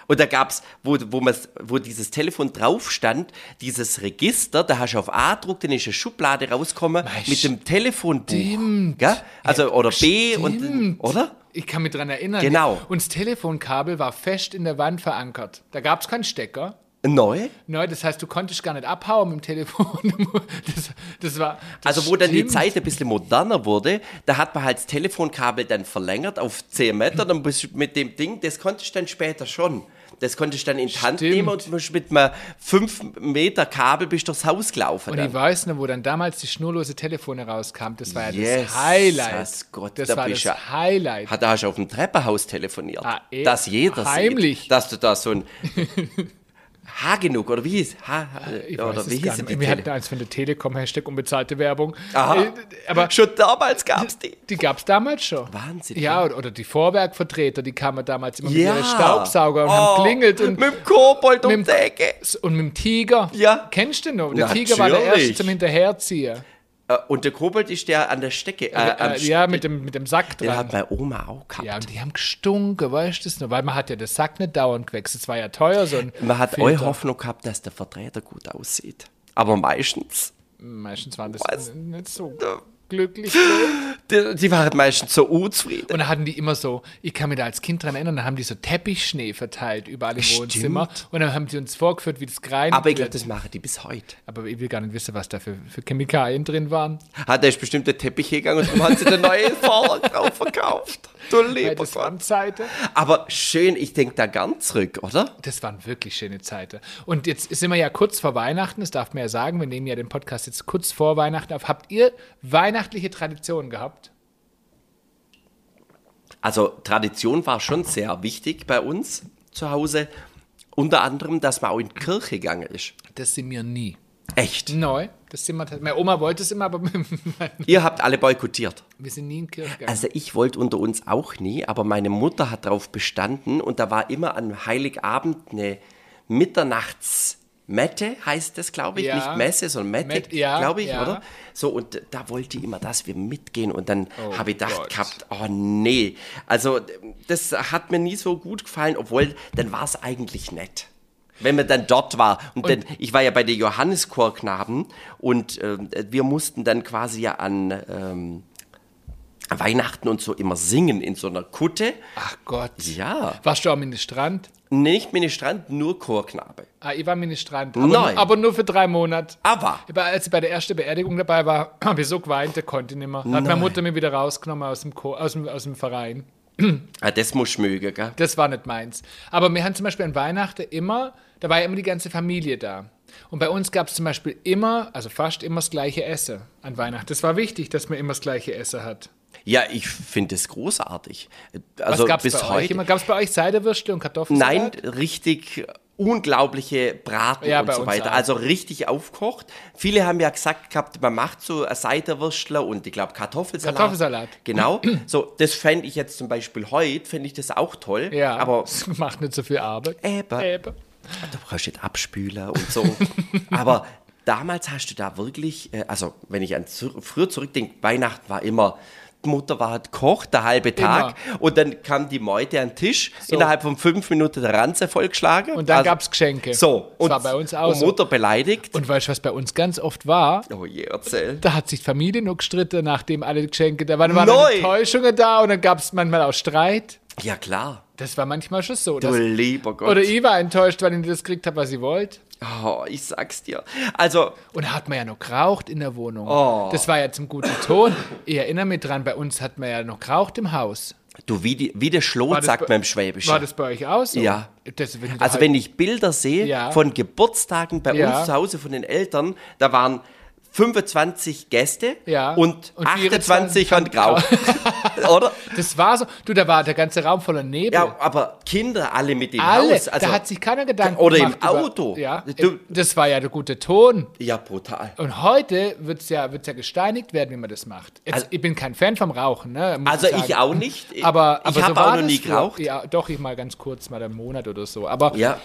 [SPEAKER 2] Und da gab es, wo, wo, man's- wo dieses Telefon drauf stand, dieses Register, da hast du auf A gedruckt, dann ist eine Schublade rausgekommen
[SPEAKER 1] Mei,
[SPEAKER 2] mit dem Telefonbuch.
[SPEAKER 1] stimmt.
[SPEAKER 2] Gell? Also, oder B und,
[SPEAKER 1] stimmt.
[SPEAKER 2] oder?
[SPEAKER 1] Ich kann mich daran erinnern.
[SPEAKER 2] Genau.
[SPEAKER 1] Und das Telefonkabel war fest in der Wand verankert. Da gab es keinen Stecker.
[SPEAKER 2] Neu?
[SPEAKER 1] Neu, das heißt, du konntest gar nicht abhauen mit dem Telefon. Das, das war. Das
[SPEAKER 2] Also, wo dann die
[SPEAKER 1] stimmt.
[SPEAKER 2] Zeit ein bisschen moderner wurde, da hat man halt das Telefonkabel dann verlängert auf 10 Meter, dann bist du mit dem Ding, das konntest du dann später schon. Das konnte ich dann in die Hand
[SPEAKER 1] Stimmt.
[SPEAKER 2] nehmen und bist mit einem 5 Meter Kabel bist durchs Haus gelaufen.
[SPEAKER 1] Und
[SPEAKER 2] dann.
[SPEAKER 1] ich weiß noch, wo dann damals die schnurlose Telefone rauskamen. Das war ja
[SPEAKER 2] Jesus
[SPEAKER 1] das Highlight.
[SPEAKER 2] Gott,
[SPEAKER 1] das
[SPEAKER 2] da
[SPEAKER 1] war das
[SPEAKER 2] bist ja-
[SPEAKER 1] Highlight.
[SPEAKER 2] Hat da hast du auf dem Treppenhaus telefoniert.
[SPEAKER 1] Ah, eh,
[SPEAKER 2] dass jeder
[SPEAKER 1] heimlich.
[SPEAKER 2] sieht, dass du da so ein Hagenug oder wie hieß? Ha, ha,
[SPEAKER 1] Ah, ich
[SPEAKER 2] oder
[SPEAKER 1] weiß es
[SPEAKER 2] wie hieß
[SPEAKER 1] gar
[SPEAKER 2] die
[SPEAKER 1] nicht. Wir hatten
[SPEAKER 2] Tele
[SPEAKER 1] eins von der Telekom, Hashtag unbezahlte Werbung.
[SPEAKER 2] Aha.
[SPEAKER 1] Äh, Aber
[SPEAKER 2] Schon damals gab es die.
[SPEAKER 1] die gab es damals schon.
[SPEAKER 2] Wahnsinn,
[SPEAKER 1] Ja, oder, oder die Vorwerkvertreter, die kamen damals immer
[SPEAKER 2] Ja.
[SPEAKER 1] mit ihren Staubsauger und
[SPEAKER 2] Oh,
[SPEAKER 1] haben klingelt und
[SPEAKER 2] mit dem Kobold um
[SPEAKER 1] mit
[SPEAKER 2] die
[SPEAKER 1] dem-
[SPEAKER 2] Ecke.
[SPEAKER 1] Und mit dem Tiger.
[SPEAKER 2] Ja.
[SPEAKER 1] Kennst du noch? Der
[SPEAKER 2] Natürlich.
[SPEAKER 1] Tiger war der Erste zum Hinterherziehen.
[SPEAKER 2] Äh, Und der Kobold ist der an der Stecke. Äh, am
[SPEAKER 1] Äh,
[SPEAKER 2] St-
[SPEAKER 1] ja, mit dem, mit dem Sack
[SPEAKER 2] Den
[SPEAKER 1] dran.
[SPEAKER 2] hat meine Oma auch gehabt.
[SPEAKER 1] Ja, und die haben gestunken, weißt du das noch? Weil man hat ja den Sack nicht dauernd gewechselt. Es war ja teuer, so ein
[SPEAKER 2] Man hat
[SPEAKER 1] Filter.
[SPEAKER 2] eure Hoffnung gehabt, dass der Vertreter gut aussieht. Aber meistens,
[SPEAKER 1] Meistens waren das
[SPEAKER 2] Was?
[SPEAKER 1] n- nicht so glücklich.
[SPEAKER 2] die, die waren meistens so unzufrieden.
[SPEAKER 1] Und dann hatten die immer so, ich kann mich da als Kind dran erinnern, dann haben die so Teppichschnee verteilt überall im
[SPEAKER 2] Stimmt.
[SPEAKER 1] Wohnzimmer. Und dann haben die uns vorgeführt, wie das Grein.
[SPEAKER 2] Aber ich glaube, das machen die bis heute.
[SPEAKER 1] Aber ich will gar nicht wissen, was da für, für Chemikalien drin waren.
[SPEAKER 2] Hat er Ah, bestimmt den Teppich hingegangen und dann hat sie den neuen Fahrer drauf verkauft. Du
[SPEAKER 1] Weil
[SPEAKER 2] lieber
[SPEAKER 1] das
[SPEAKER 2] Gott.
[SPEAKER 1] waren Zeiten.
[SPEAKER 2] Aber schön, ich denke da gern zurück, oder?
[SPEAKER 1] Das waren wirklich schöne Zeiten. Und jetzt sind wir ja kurz vor Weihnachten, das darf man ja sagen. Wir nehmen ja den Podcast jetzt kurz vor Weihnachten auf. Habt ihr weihnachtliche Traditionen gehabt?
[SPEAKER 2] Also Tradition war schon sehr wichtig bei uns zu Hause. Unter anderem, dass man auch in die Kirche gegangen ist.
[SPEAKER 1] Das sind wir nie.
[SPEAKER 2] Echt.
[SPEAKER 1] Neu. Das sind wir tats- Meine Oma wollte es immer, aber wir
[SPEAKER 2] Ihr habt alle boykottiert.
[SPEAKER 1] sind nie in die Kirche gegangen.
[SPEAKER 2] Also ich wollte unter uns auch nie, aber meine Mutter hat darauf bestanden und da war immer an Heiligabend eine Mitternachtsmette, heißt das, glaube ich,
[SPEAKER 1] Ja.
[SPEAKER 2] nicht Messe, sondern Mette,
[SPEAKER 1] Met- ja,
[SPEAKER 2] glaube ich,
[SPEAKER 1] ja.
[SPEAKER 2] oder? So, und da wollte ich immer, dass wir mitgehen und dann
[SPEAKER 1] Oh
[SPEAKER 2] habe ich gedacht
[SPEAKER 1] Gott.
[SPEAKER 2] gehabt, oh nee, also das hat mir nie so gut gefallen, obwohl, dann war es eigentlich nett. Wenn man dann dort war. Und, dann, ich war ja bei den Johanneskor-Knaben und ähm, wir mussten dann quasi ja an ähm, Weihnachten und so immer singen in so einer Kutte.
[SPEAKER 1] Ach Gott.
[SPEAKER 2] Ja.
[SPEAKER 1] Warst du am Ministrant?
[SPEAKER 2] Nicht Ministrant, nur Chorknabe.
[SPEAKER 1] Ah, ich war Ministrant. Aber,
[SPEAKER 2] Nein.
[SPEAKER 1] aber nur für drei Monate.
[SPEAKER 2] Aber
[SPEAKER 1] Aber als ich bei der ersten Beerdigung dabei war, habe ich so geweint, der konnte ich nicht mehr. Hat meine
[SPEAKER 2] Nein.
[SPEAKER 1] Mutter mir wieder rausgenommen aus dem, Chor, aus, dem, aus dem Verein.
[SPEAKER 2] ah, das muss mögen, gell?
[SPEAKER 1] Das war nicht meins. Aber wir haben zum Beispiel an Weihnachten immer, da war ja immer die ganze Familie da. Und bei uns gab es zum Beispiel immer, also fast immer das gleiche Essen an Weihnachten. Das war wichtig, dass man immer das gleiche Essen hat.
[SPEAKER 2] Ja, ich finde das großartig.
[SPEAKER 1] Was
[SPEAKER 2] Also
[SPEAKER 1] gab es
[SPEAKER 2] bis
[SPEAKER 1] bei euch
[SPEAKER 2] heute.
[SPEAKER 1] immer? Gab es bei euch Seiderwürstel und Kartoffelsalat?
[SPEAKER 2] Nein, richtig unglaubliche Braten
[SPEAKER 1] Ja,
[SPEAKER 2] und
[SPEAKER 1] bei
[SPEAKER 2] so
[SPEAKER 1] uns
[SPEAKER 2] weiter.
[SPEAKER 1] auch.
[SPEAKER 2] Also richtig aufkocht. Viele haben ja gesagt gehabt, man macht so eine Seiderwürstler und ich glaube Kartoffelsalat.
[SPEAKER 1] Kartoffelsalat.
[SPEAKER 2] Genau. So, das fände ich jetzt zum Beispiel heute, finde ich das auch toll.
[SPEAKER 1] Ja,
[SPEAKER 2] Aber äh,
[SPEAKER 1] es macht nicht so viel Arbeit.
[SPEAKER 2] Eben.
[SPEAKER 1] Eben.
[SPEAKER 2] du brauchst nicht Abspüler und so. Aber damals hast du da wirklich, äh, also wenn ich an zu, früher zurückdenke, Weihnachten war immer, die Mutter war hat gekocht, der halbe
[SPEAKER 1] Genau.
[SPEAKER 2] Tag, und dann kam die Meute an den Tisch, innerhalb von fünf Minuten der Ranze vollgeschlagen. Also
[SPEAKER 1] Und dann gab's Geschenke.
[SPEAKER 2] So,
[SPEAKER 1] Das war bei uns auch
[SPEAKER 2] Und
[SPEAKER 1] so.
[SPEAKER 2] Mutter beleidigt.
[SPEAKER 1] Und weißt du, was bei uns ganz oft war?
[SPEAKER 2] oh je, erzähl.
[SPEAKER 1] Da hat sich die Familie noch gestritten, nachdem alle Geschenke da waren. Da waren dann
[SPEAKER 2] Neu.
[SPEAKER 1] Enttäuschungen da und dann gab es manchmal auch Streit.
[SPEAKER 2] Ja, klar.
[SPEAKER 1] Das war manchmal schon so.
[SPEAKER 2] Du
[SPEAKER 1] Dass,
[SPEAKER 2] lieber Gott.
[SPEAKER 1] oder ich war enttäuscht, weil ich nicht das gekriegt habe, was ich wollte.
[SPEAKER 2] oh, ich sag's dir. Also,
[SPEAKER 1] Und da hat man ja noch geraucht in der Wohnung.
[SPEAKER 2] Oh.
[SPEAKER 1] Das war ja zum guten Ton. Ich erinnere mich dran, bei uns hat man ja noch geraucht im Haus.
[SPEAKER 2] du, wie, die, wie der Schlot,
[SPEAKER 1] das
[SPEAKER 2] sagt
[SPEAKER 1] bei-
[SPEAKER 2] man im Schwäbischen.
[SPEAKER 1] War das bei euch auch so?
[SPEAKER 2] Ja.
[SPEAKER 1] Das, wenn du da
[SPEAKER 2] Also
[SPEAKER 1] halt-
[SPEAKER 2] wenn ich Bilder sehe
[SPEAKER 1] Ja.
[SPEAKER 2] von Geburtstagen bei
[SPEAKER 1] Ja.
[SPEAKER 2] uns zu Hause von den Eltern, da waren 25 Gäste
[SPEAKER 1] Ja.
[SPEAKER 2] und,
[SPEAKER 1] Und
[SPEAKER 2] 28 haben grau. Oder?
[SPEAKER 1] das war so. Du, da war der ganze Raum voller Nebel.
[SPEAKER 2] Ja, aber Kinder alle mit im
[SPEAKER 1] Alle,
[SPEAKER 2] Haus. Also,
[SPEAKER 1] da hat sich keiner Gedanken
[SPEAKER 2] Oder im
[SPEAKER 1] gemacht. über-
[SPEAKER 2] Auto.
[SPEAKER 1] Ja,
[SPEAKER 2] Du-
[SPEAKER 1] das war ja der gute Ton.
[SPEAKER 2] ja, brutal.
[SPEAKER 1] Und heute wird es ja, wird's ja gesteinigt werden, wie man das macht. Jetzt,
[SPEAKER 2] Also-
[SPEAKER 1] ich bin kein Fan vom Rauchen, ne? muss
[SPEAKER 2] Also ich
[SPEAKER 1] sagen.
[SPEAKER 2] auch nicht. Ich-
[SPEAKER 1] Aber, aber
[SPEAKER 2] ich
[SPEAKER 1] so
[SPEAKER 2] habe
[SPEAKER 1] war
[SPEAKER 2] auch noch
[SPEAKER 1] das
[SPEAKER 2] nie
[SPEAKER 1] früher.
[SPEAKER 2] geraucht.
[SPEAKER 1] Ja, doch, ich mal ganz kurz, mal einen Monat oder so. Aber,
[SPEAKER 2] Ja.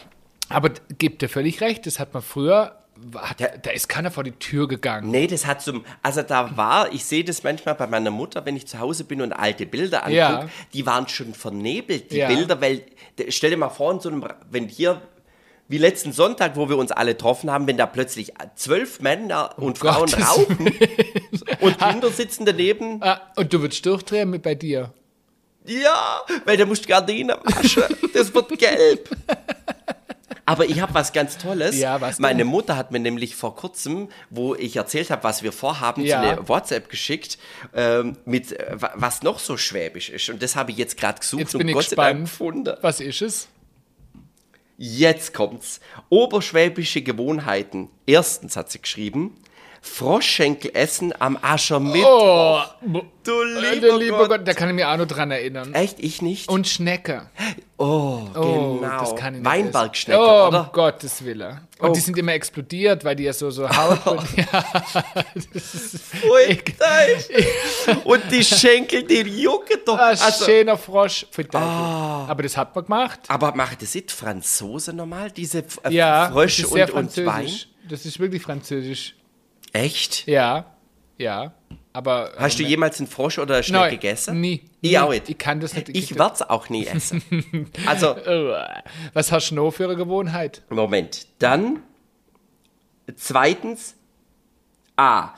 [SPEAKER 1] aber gibt dir völlig recht, das hat man früher, hat, da ist keiner vor die Tür gegangen.
[SPEAKER 2] Nee, das hat zum. Also da war, ich sehe das manchmal bei meiner Mutter, wenn ich zu Hause bin und alte Bilder angucke,
[SPEAKER 1] Ja.
[SPEAKER 2] die waren schon vernebelt, die
[SPEAKER 1] Ja.
[SPEAKER 2] Bilder, weil d- stell dir mal vor, in so einem, Ra- wenn hier, wie letzten Sonntag, wo wir uns alle getroffen haben, wenn da plötzlich zwölf Männer
[SPEAKER 1] Oh
[SPEAKER 2] und Frauen
[SPEAKER 1] Um Gottes
[SPEAKER 2] rauchen und Kinder sitzen daneben,
[SPEAKER 1] Ah, und du würdest durchdrehen mit bei dir.
[SPEAKER 2] ja, weil da musst du Gardinen waschen, das wird gelb. Aber ich habe was ganz Tolles.
[SPEAKER 1] Ja, was denn?
[SPEAKER 2] Meine Mutter hat mir nämlich vor kurzem, wo ich erzählt habe, was wir vorhaben,
[SPEAKER 1] Ja.
[SPEAKER 2] so eine WhatsApp geschickt, ähm, mit äh, wa- was noch so schwäbisch ist. Und das habe ich jetzt gerade gesucht
[SPEAKER 1] Jetzt
[SPEAKER 2] und
[SPEAKER 1] bin ich
[SPEAKER 2] Gott sei Dank
[SPEAKER 1] gespannt.
[SPEAKER 2] gefunden.
[SPEAKER 1] Was ist es?
[SPEAKER 2] Jetzt kommt's. Oberschwäbische Gewohnheiten. Erstens hat sie geschrieben, Froschschenkel essen am Aschermittwoch. Oh.
[SPEAKER 1] Oh,
[SPEAKER 2] Äh, Du lieber, Gott.
[SPEAKER 1] da kann ich mich auch noch dran erinnern.
[SPEAKER 2] Echt, ich nicht?
[SPEAKER 1] Und Schnecke.
[SPEAKER 2] oh,
[SPEAKER 1] Oh,
[SPEAKER 2] genau.
[SPEAKER 1] das kann ich nicht
[SPEAKER 2] Weinbergschnecke,
[SPEAKER 1] essen. Oh, um
[SPEAKER 2] oder? Oh.
[SPEAKER 1] Gottes Willen. Und die sind immer explodiert, weil die ja so, so hart und, Oh,
[SPEAKER 2] Ui, da ist- Und die Schenkel, die jucken doch.
[SPEAKER 1] Ah,
[SPEAKER 2] Also, Ah.
[SPEAKER 1] schöner Frosch. Für den Teufel. Aber das hat man gemacht.
[SPEAKER 2] aber machen das nicht Franzosen normal, diese F- äh,
[SPEAKER 1] Ja, das
[SPEAKER 2] Frösche
[SPEAKER 1] ist sehr
[SPEAKER 2] und, und Wein?
[SPEAKER 1] französisch. das ist wirklich französisch.
[SPEAKER 2] Echt?
[SPEAKER 1] Ja, ja. Aber
[SPEAKER 2] Hast du jemals einen Frosch oder eine Schnecke
[SPEAKER 1] Nein,
[SPEAKER 2] gegessen?
[SPEAKER 1] nie.
[SPEAKER 2] Ich
[SPEAKER 1] Nie.
[SPEAKER 2] auch nicht.
[SPEAKER 1] Ich kann das nicht.
[SPEAKER 2] Ich werde es auch nie essen. Also,
[SPEAKER 1] Was hast du noch für eine Gewohnheit?
[SPEAKER 2] Moment. Dann zweitens A.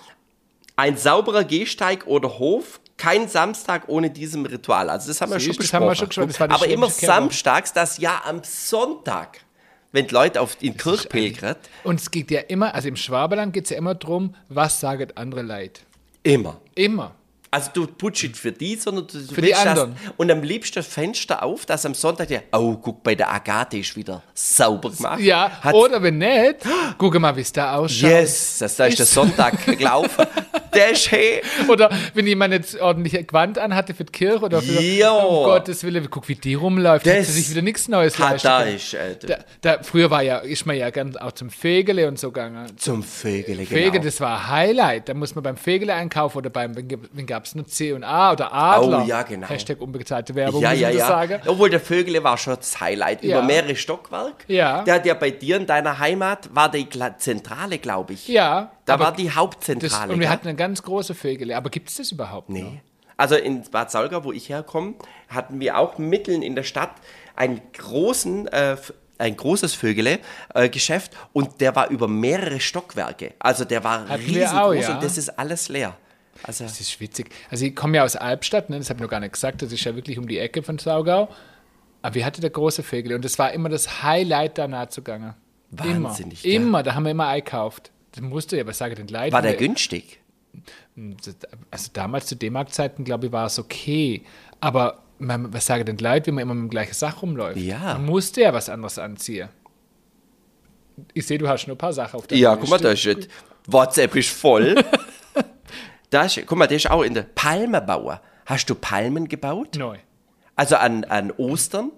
[SPEAKER 2] Ein sauberer Gehsteig oder Hof. Kein Samstag ohne diesem Ritual. Also das haben wir
[SPEAKER 1] Siehst,
[SPEAKER 2] schon
[SPEAKER 1] das
[SPEAKER 2] besprochen.
[SPEAKER 1] haben wir schon gesprochen. Das war die
[SPEAKER 2] Aber immer
[SPEAKER 1] schwäbische Kerbe.
[SPEAKER 2] samstags, das ja am Sonntag, wenn die Leute auf in Kirch pilgern,
[SPEAKER 1] Und es geht ja immer, also im Schwaberland geht es ja immer darum, was sagen andere Leid.
[SPEAKER 2] immer.
[SPEAKER 1] Immer.
[SPEAKER 2] Also du putzt nicht für die, sondern du, du
[SPEAKER 1] Für die
[SPEAKER 2] willst das,
[SPEAKER 1] anderen.
[SPEAKER 2] und am liebsten das Fenster auf, dass am Sonntag der, oh guck, bei der Agathe ist wieder sauber gemacht.
[SPEAKER 1] Ja,
[SPEAKER 2] Hat
[SPEAKER 1] oder wenn nicht, guck mal, wie es da ausschaut.
[SPEAKER 2] Yes, das da ist der Sonntag gelaufen. Der ist hey.
[SPEAKER 1] Oder wenn jemand jetzt ordentlich ein Gewand anhatte für die Kirche oder für
[SPEAKER 2] Jo.
[SPEAKER 1] um Gottes Willen, guck, wie die rumläuft, hat
[SPEAKER 2] Das
[SPEAKER 1] sie sich wieder nichts Neues
[SPEAKER 2] Ah,
[SPEAKER 1] leisten
[SPEAKER 2] da
[SPEAKER 1] können.
[SPEAKER 2] ist äh,
[SPEAKER 1] Da, da, früher war ja, ist man ja gern auch zum Fegele und so gegangen.
[SPEAKER 2] zum Vögele, genau.
[SPEAKER 1] Fegele, das war ein Highlight. Da muss man beim Fegele einkaufen oder beim, wenn gab es nur C und A oder Adler.
[SPEAKER 2] Oh, ja, genau.
[SPEAKER 1] Hashtag unbezahlte Werbung,
[SPEAKER 2] ja,
[SPEAKER 1] muss
[SPEAKER 2] ja,
[SPEAKER 1] man das
[SPEAKER 2] ja.
[SPEAKER 1] sagen.
[SPEAKER 2] Obwohl der Vögele war schon das Highlight.
[SPEAKER 1] Ja.
[SPEAKER 2] Über mehrere Stockwerke.
[SPEAKER 1] Ja.
[SPEAKER 2] Der hat ja bei dir in deiner Heimat, war die Gla- Zentrale, glaube ich.
[SPEAKER 1] Ja,
[SPEAKER 2] Da
[SPEAKER 1] aber
[SPEAKER 2] war die
[SPEAKER 1] das,
[SPEAKER 2] Hauptzentrale.
[SPEAKER 1] und wir
[SPEAKER 2] gell?
[SPEAKER 1] hatten eine ganz große Fegele. Aber gibt es das überhaupt noch?
[SPEAKER 2] Nee. Also in Bad Salga, wo ich herkomme, hatten wir auch mitten in der Stadt einen großen, äh, f- ein großes Vögele-Geschäft und der war über mehrere Stockwerke. Also der war
[SPEAKER 1] Hatten wir
[SPEAKER 2] riesengroß
[SPEAKER 1] auch, ja.
[SPEAKER 2] und das ist alles leer. Also
[SPEAKER 1] Das ist witzig. Also ich komme ja aus Albstadt, ne? das habe ich noch gar nicht gesagt, das ist ja wirklich um die Ecke von Saugau. Aber wir hatten da große Vögel und das war immer das Highlight da nahezugange.
[SPEAKER 2] Wahnsinnig,
[SPEAKER 1] Immer,
[SPEAKER 2] gell?
[SPEAKER 1] immer, da haben wir immer eingekauft. Das musste ja, was sage ich denn Leid?
[SPEAKER 2] war der
[SPEAKER 1] Wir-
[SPEAKER 2] günstig?
[SPEAKER 1] Also damals zu D-Mark-Zeiten, glaube ich, war es okay. Aber man, was sage ich denn Leid, wenn man immer mit dem gleichen Sach rumläuft?
[SPEAKER 2] Ja.
[SPEAKER 1] Man musste ja was anderes anziehen. Ich sehe, du hast nur ein paar Sachen auf der
[SPEAKER 2] Ja,
[SPEAKER 1] Liste.
[SPEAKER 2] guck mal, da ist jetzt- WhatsApp ist voll. da ist, guck mal, der ist auch in der Palmenbauer. Hast du Palmen gebaut?
[SPEAKER 1] Neu.
[SPEAKER 2] Also an, an Ostern?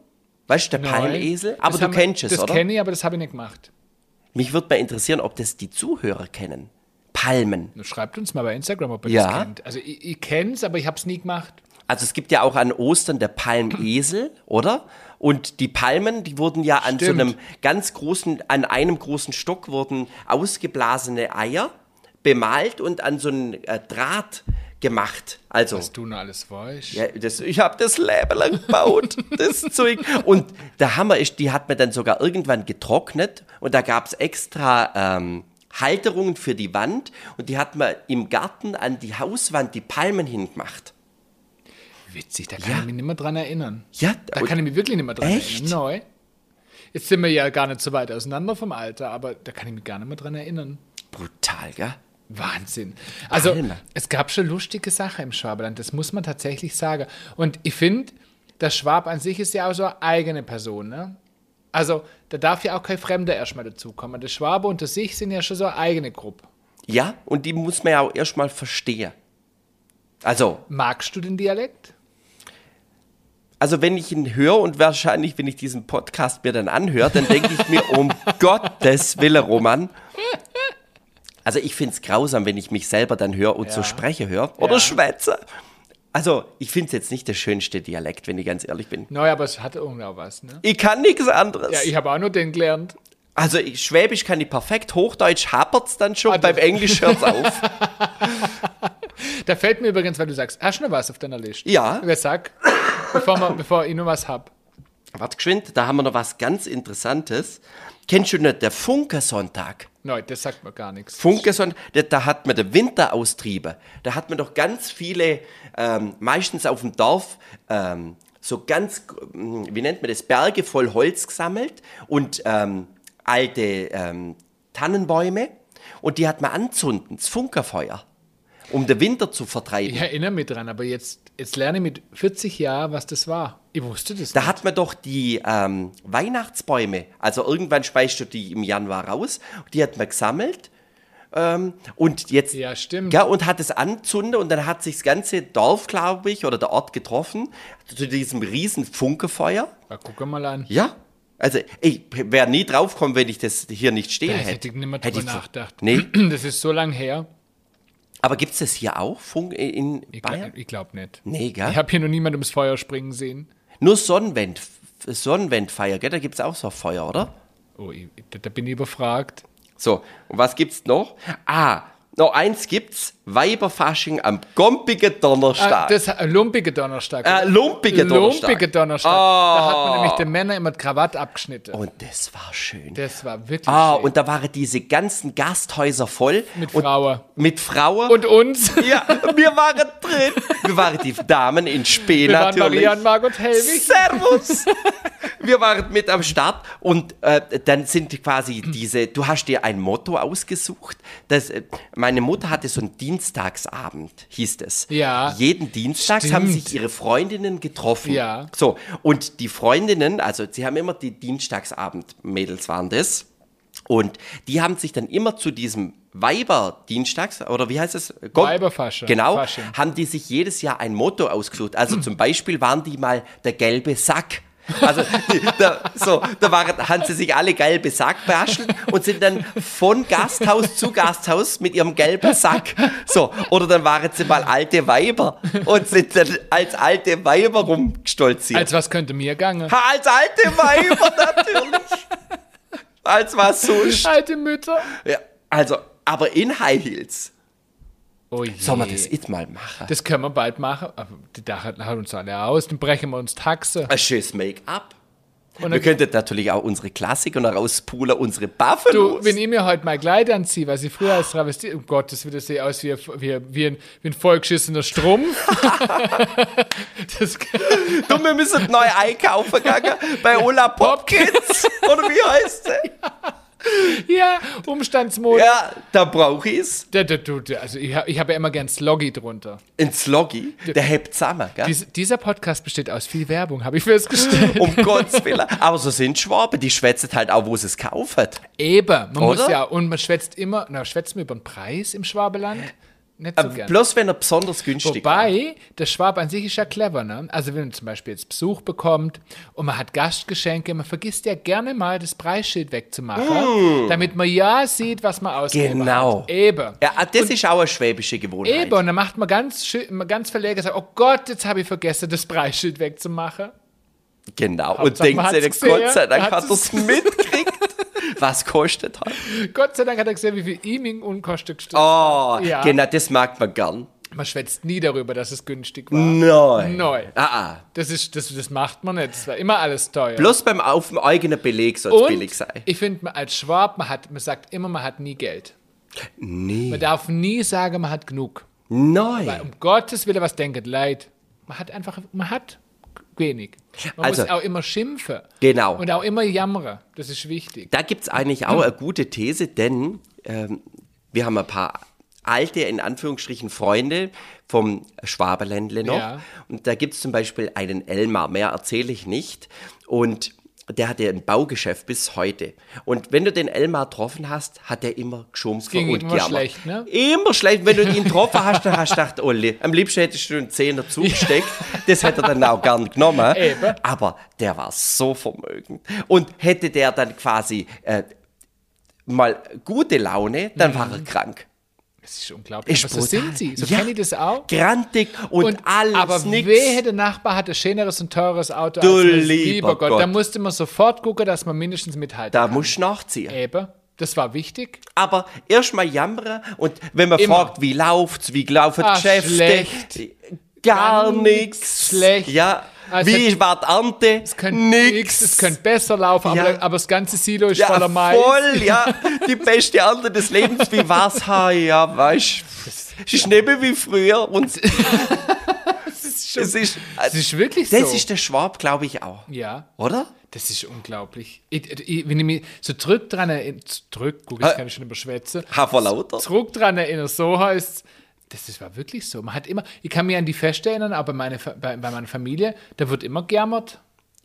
[SPEAKER 2] Weißt du, der
[SPEAKER 1] Neu.
[SPEAKER 2] Palmesel?
[SPEAKER 1] Das
[SPEAKER 2] Aber du
[SPEAKER 1] haben-
[SPEAKER 2] kennst es,
[SPEAKER 1] das
[SPEAKER 2] oder?
[SPEAKER 1] Das kenne ich, aber das habe ich nicht gemacht.
[SPEAKER 2] Mich würde mal interessieren, ob das die Zuhörer kennen. Palmen.
[SPEAKER 1] Schreibt uns mal bei Instagram, ob ihr
[SPEAKER 2] Ja.
[SPEAKER 1] das kennt. Also ich, ich kenne es, aber ich habe es nie gemacht.
[SPEAKER 2] Also es gibt ja auch an Ostern der Palmesel, oder? Und die Palmen, die wurden ja an
[SPEAKER 1] Stimmt.
[SPEAKER 2] so einem ganz großen, an einem großen Stock wurden ausgeblasene Eier bemalt und an so einen äh, Draht gemacht. Also
[SPEAKER 1] Was du nur alles weißt.
[SPEAKER 2] ja, das, ich habe das Leben lang gebaut, das Zeug. Und der Hammer ist, die hat man dann sogar irgendwann getrocknet und da gab es extra ähm, Halterungen für die Wand und die hat man im Garten an die Hauswand die Palmen hingemacht.
[SPEAKER 1] Witzig, da kann ich mich nicht mehr dran erinnern.
[SPEAKER 2] Ja,
[SPEAKER 1] Da
[SPEAKER 2] und-
[SPEAKER 1] kann ich mich wirklich nicht mehr dran
[SPEAKER 2] Echt?
[SPEAKER 1] erinnern. Neu. Jetzt sind wir ja gar nicht so weit auseinander vom Alter, aber da kann ich mich gar nicht mehr dran erinnern.
[SPEAKER 2] Brutal, gell?
[SPEAKER 1] Wahnsinn. Also,
[SPEAKER 2] Palme.
[SPEAKER 1] es gab schon lustige Sachen im Schwabenland, das muss man tatsächlich sagen. Und ich finde, der Schwab an sich ist ja auch so eine eigene Person, ne? Also, da darf ja auch kein Fremder erstmal dazukommen. Der Schwabe unter sich sind ja schon so eine eigene Gruppe.
[SPEAKER 2] Ja, und die muss man ja auch erstmal verstehen. Also,
[SPEAKER 1] Magst du den Dialekt?
[SPEAKER 2] also wenn ich ihn höre und wahrscheinlich, wenn ich diesen Podcast mir dann anhöre, dann denke ich mir, um Gottes Willen, Roman. Also ich finde es grausam, wenn ich mich selber dann höre und so
[SPEAKER 1] Ja.
[SPEAKER 2] spreche höre oder
[SPEAKER 1] Ja.
[SPEAKER 2] schwätze. Also ich finde es jetzt nicht der schönste Dialekt, wenn ich ganz ehrlich bin.
[SPEAKER 1] Naja, aber es hat irgendwie auch was, ne?
[SPEAKER 2] Ich kann nichts anderes.
[SPEAKER 1] Ja, ich habe auch nur den gelernt.
[SPEAKER 2] also ich, Schwäbisch kann ich perfekt, Hochdeutsch hapert's dann schon,
[SPEAKER 1] Ah, das-
[SPEAKER 2] beim Englisch hört's auf.
[SPEAKER 1] Da fällt mir übrigens, weil du sagst, hast du noch was auf deiner Liste?
[SPEAKER 2] Ja.
[SPEAKER 1] Wer sagt, bevor, wir, bevor ich noch was hab.
[SPEAKER 2] Warte geschwind, da haben wir noch was ganz Interessantes. Kennst du nicht der Funkesonntag?
[SPEAKER 1] Nein, das sagt mir gar nichts.
[SPEAKER 2] Funkesonntag, da, da hat man den Winter austrieben. Da hat man doch ganz viele, ähm, meistens auf dem Dorf, ähm, so ganz, ähm, wie nennt man das, Berge voll Holz gesammelt und ähm, alte ähm, Tannenbäume. Und die hat man anzünden, das Funkerfeuer. um den Winter zu vertreiben.
[SPEAKER 1] Ich erinnere mich dran, aber jetzt, jetzt lerne ich mit 40 Jahren, was das war. Ich wusste das
[SPEAKER 2] Da hat man doch die ähm, Weihnachtsbäume, also irgendwann speist du die im Januar raus, die hat man gesammelt ähm, und jetzt
[SPEAKER 1] Ja, stimmt.
[SPEAKER 2] ja, und hat es anzünde und dann hat sich das ganze Dorf, glaube ich, oder der Ort getroffen zu diesem riesen Funkefeuer.
[SPEAKER 1] Na, guck mal an.
[SPEAKER 2] Ja, also ich wäre nie draufgekommen, wenn ich das hier nicht stehen
[SPEAKER 1] Da
[SPEAKER 2] hätte.
[SPEAKER 1] hätte ich nicht mehr drüber
[SPEAKER 2] ich-
[SPEAKER 1] nachgedacht.
[SPEAKER 2] Nee,
[SPEAKER 1] Das ist so lang her.
[SPEAKER 2] aber gibt es das hier auch, Funk in
[SPEAKER 1] Ich,
[SPEAKER 2] Bayern?
[SPEAKER 1] glaub- ich glaube nicht.
[SPEAKER 2] Nee, gell?
[SPEAKER 1] Ich habe hier noch niemand ums Feuer springen sehen.
[SPEAKER 2] Nur Sonnenwend, Sonnenwendfeier, gell? Da gibt es auch so ein Feuer, oder?
[SPEAKER 1] Oh, ich, da, da bin ich überfragt.
[SPEAKER 2] So, und was gibt's noch? Ah, noch eins gibt's: Weiberfasching am gompigen
[SPEAKER 1] Ah,
[SPEAKER 2] Donnerstag.
[SPEAKER 1] das äh, lumpige Donnerstag.
[SPEAKER 2] Äh, lumpige Donnerstag. Ah.
[SPEAKER 1] Lumpige Donnerstag. Da hat man nämlich den Männern immer die Krawatte abgeschnitten.
[SPEAKER 2] und das war schön.
[SPEAKER 1] Das war wirklich
[SPEAKER 2] ah,
[SPEAKER 1] schön.
[SPEAKER 2] und da waren diese ganzen Gasthäuser voll.
[SPEAKER 1] mit
[SPEAKER 2] und,
[SPEAKER 1] Frauen.
[SPEAKER 2] Mit Frauen.
[SPEAKER 1] Und uns.
[SPEAKER 2] ja, wir waren drin. Wir waren die Damen in Spee
[SPEAKER 1] Wir waren
[SPEAKER 2] natürlich.
[SPEAKER 1] Maria und Margot Helwig.
[SPEAKER 2] Servus! Wir waren mit am Start und äh, dann sind quasi diese, du hast dir ein Motto ausgesucht. Das, äh, meine Mutter hatte so einen Dienstagsabend, hieß es.
[SPEAKER 1] Ja.
[SPEAKER 2] Jeden Dienstag
[SPEAKER 1] Stimmt.
[SPEAKER 2] haben sich ihre Freundinnen getroffen.
[SPEAKER 1] Ja.
[SPEAKER 2] So, und die Freundinnen, also sie haben immer die Dienstagsabend-Mädels waren das. Und die haben sich dann immer zu diesem Weiber-Dienstags, oder wie heißt es? Gott-
[SPEAKER 1] Weiberfasching.
[SPEAKER 2] Genau,
[SPEAKER 1] Fasching.
[SPEAKER 2] haben die sich jedes Jahr ein Motto ausgesucht. Also zum Beispiel waren die mal der gelbe Sack. Also die- da, so, da waren, haben sie sich alle gelbe Sack behaschelt und sind dann von Gasthaus zu Gasthaus mit ihrem gelben Sack. So, oder dann waren sie mal alte Weiber und sind dann als alte Weiber rumgestolziert.
[SPEAKER 1] Als was könnte mir gange?
[SPEAKER 2] Ha, als alte Weiber natürlich. Als was sonst.
[SPEAKER 1] Alte Mütter.
[SPEAKER 2] Ja, also, aber in High Heels.
[SPEAKER 1] Oh je.
[SPEAKER 2] Soll man das jetzt mal machen?
[SPEAKER 1] Das können wir bald machen. Aber die Dachen hauen uns alle aus, dann brechen wir uns Taxe.
[SPEAKER 2] ein schönes Make-up.
[SPEAKER 1] Und
[SPEAKER 2] Wir
[SPEAKER 1] dann,
[SPEAKER 2] könnten natürlich auch unsere Klassiker noch rauspulen, unsere Buffalo.
[SPEAKER 1] du, wenn ich mir heute mein Kleid anziehe, was ich früher als Travestie, um Gottes Willen, das sehe ich aus wie, wie, wie, ein, wie ein vollgeschissener Strumpf. das,
[SPEAKER 2] Du, wir müssen neu einkaufen gegangen bei Ola Popkins. Oder wie heißt sie?
[SPEAKER 1] ja, Umstandsmode.
[SPEAKER 2] Ja, da brauche ich es.
[SPEAKER 1] Da, da, du, da, also ich, ha- ich habe ja immer gern Sloggy drunter.
[SPEAKER 2] Ein Sloggy, der hebt zusammen, gell?
[SPEAKER 1] Dies, dieser Podcast besteht aus viel Werbung, habe ich festgestellt.
[SPEAKER 2] Um Gottes Willen. Aber so sind Schwaben, die schwätzen halt auch, wo sie es kaufen.
[SPEAKER 1] Eben, man muss
[SPEAKER 2] Oder?
[SPEAKER 1] ja, und man schwätzt immer, na, schwätzt man über den Preis im Schwabeland? Nicht so gern.
[SPEAKER 2] Ähm, Bloß wenn er besonders günstig war.
[SPEAKER 1] Wobei, der Schwab an sich ist ja clever, ne? Also wenn man zum Beispiel jetzt Besuch bekommt und man hat Gastgeschenke, man vergisst ja gerne mal das Preisschild wegzumachen, damit man ja sieht, was man ausgegeben
[SPEAKER 2] Hm. Genau.
[SPEAKER 1] hat. Eben.
[SPEAKER 2] Ja, ah, das ist auch eine schwäbische Gewohnheit.
[SPEAKER 1] Eben, und dann macht man ganz, schön- man ganz verlegen, sagt, oh Gott, jetzt habe ich vergessen, das Preisschild wegzumachen.
[SPEAKER 2] Genau.
[SPEAKER 1] Hauptsache,
[SPEAKER 2] Und
[SPEAKER 1] man
[SPEAKER 2] denkt sich,
[SPEAKER 1] hat's gesehen.
[SPEAKER 2] Gott sei Dank
[SPEAKER 1] Man
[SPEAKER 2] hat er
[SPEAKER 1] hat's
[SPEAKER 2] es mitgekriegt. Was kostet halt?
[SPEAKER 1] Gott sei Dank hat er gesehen, wie viel E-Ming und Kosten gestellt.
[SPEAKER 2] Oh,
[SPEAKER 1] Ja.
[SPEAKER 2] genau, das mag man gern.
[SPEAKER 1] Man schwätzt nie darüber, dass es günstig
[SPEAKER 2] Mm.
[SPEAKER 1] war.
[SPEAKER 2] Nein.
[SPEAKER 1] Nein.
[SPEAKER 2] Ah, ah.
[SPEAKER 1] Das, ist, das, das macht man nicht, das war immer alles teuer.
[SPEAKER 2] Bloß beim auf dem eigenen Beleg soll es
[SPEAKER 1] und
[SPEAKER 2] billig sein.
[SPEAKER 1] ich finde, man als Schwab, man, hat, man sagt immer, man hat nie Geld. Man
[SPEAKER 2] Nee.
[SPEAKER 1] darf nie sagen, man hat genug. Weil
[SPEAKER 2] Nein.
[SPEAKER 1] um Gottes Willen, was denket Leid? Man hat einfach, man hat wenig. Man
[SPEAKER 2] Also-
[SPEAKER 1] muss auch immer schimpfen.
[SPEAKER 2] Genau.
[SPEAKER 1] Und auch immer jammern. Das ist wichtig.
[SPEAKER 2] Da gibt es eigentlich
[SPEAKER 1] Hm.
[SPEAKER 2] auch eine gute These, denn ähm, wir haben ein paar alte, in Anführungsstrichen, Freunde vom Schwaberländle noch.
[SPEAKER 1] Ja.
[SPEAKER 2] Und da gibt es zum Beispiel einen Elmar, mehr erzähle ich nicht. Und der hat ja ein Baugeschäft bis heute. Und wenn du den Elmar getroffen hast, hat er immer geschumpft
[SPEAKER 1] ging
[SPEAKER 2] und
[SPEAKER 1] ihm immer schlecht, ne?
[SPEAKER 2] Immer schlecht. Wenn du ihn getroffen hast, dann hast du gedacht, Olli, am liebsten hättest du einen Zehner zugesteckt. Das hätte er dann auch gern genommen.
[SPEAKER 1] Eben.
[SPEAKER 2] Aber der war so vermögend. Und hätte der dann quasi äh, mal gute Laune, dann war er krank.
[SPEAKER 1] Das ist unglaublich.
[SPEAKER 2] Ist
[SPEAKER 1] Aber Mhm. so sind
[SPEAKER 2] brutal.
[SPEAKER 1] sie. So
[SPEAKER 2] Ja. Genau.
[SPEAKER 1] kenne ich das auch.
[SPEAKER 2] Grantig und, alles
[SPEAKER 1] aber
[SPEAKER 2] nix.
[SPEAKER 1] wehe, der Nachbar hatte schöneres und teures Auto
[SPEAKER 2] Du
[SPEAKER 1] als wir.
[SPEAKER 2] lieber
[SPEAKER 1] Gott.
[SPEAKER 2] Gott.
[SPEAKER 1] Da musste man sofort gucken, dass man mindestens mithalten
[SPEAKER 2] Da
[SPEAKER 1] kann.
[SPEAKER 2] musst du nachziehen.
[SPEAKER 1] Eben. Das war wichtig.
[SPEAKER 2] Aber erst mal jammern und wenn man
[SPEAKER 1] Immer.
[SPEAKER 2] fragt, wie läuft's, wie laufen die
[SPEAKER 1] Ah,
[SPEAKER 2] Geschäfte,
[SPEAKER 1] schlecht.
[SPEAKER 2] gar
[SPEAKER 1] Ganz
[SPEAKER 2] nichts.
[SPEAKER 1] schlecht.
[SPEAKER 2] Ja.
[SPEAKER 1] Ah, es
[SPEAKER 2] wie war die Ernte?
[SPEAKER 1] Es könnte nix, es könnte besser laufen,
[SPEAKER 2] Ja.
[SPEAKER 1] aber, aber das ganze Silo ist
[SPEAKER 2] Ja,
[SPEAKER 1] voller Mais.
[SPEAKER 2] voll, ja. Die beste Ernte des Lebens. Wie war's? Ha, ja, weißt Es ist nicht mehr wie früher. Und es ist, äh,
[SPEAKER 1] Das ist wirklich
[SPEAKER 2] das
[SPEAKER 1] so.
[SPEAKER 2] ist der Schwab, glaube ich, auch.
[SPEAKER 1] ja.
[SPEAKER 2] Oder?
[SPEAKER 1] Das ist unglaublich. Ich, ich, wenn ich mich so zurück dran erinnere, zurück, guck,
[SPEAKER 2] Äh.
[SPEAKER 1] jetzt kann ich schon überschwätzen.
[SPEAKER 2] Haferlauter.
[SPEAKER 1] Zurück dran erinnere, so heißt Das, das war wirklich so. Man hat immer, ich kann mich an die Feste erinnern, aber meine, Fa- bei, bei meiner Familie, da wird immer gejammert.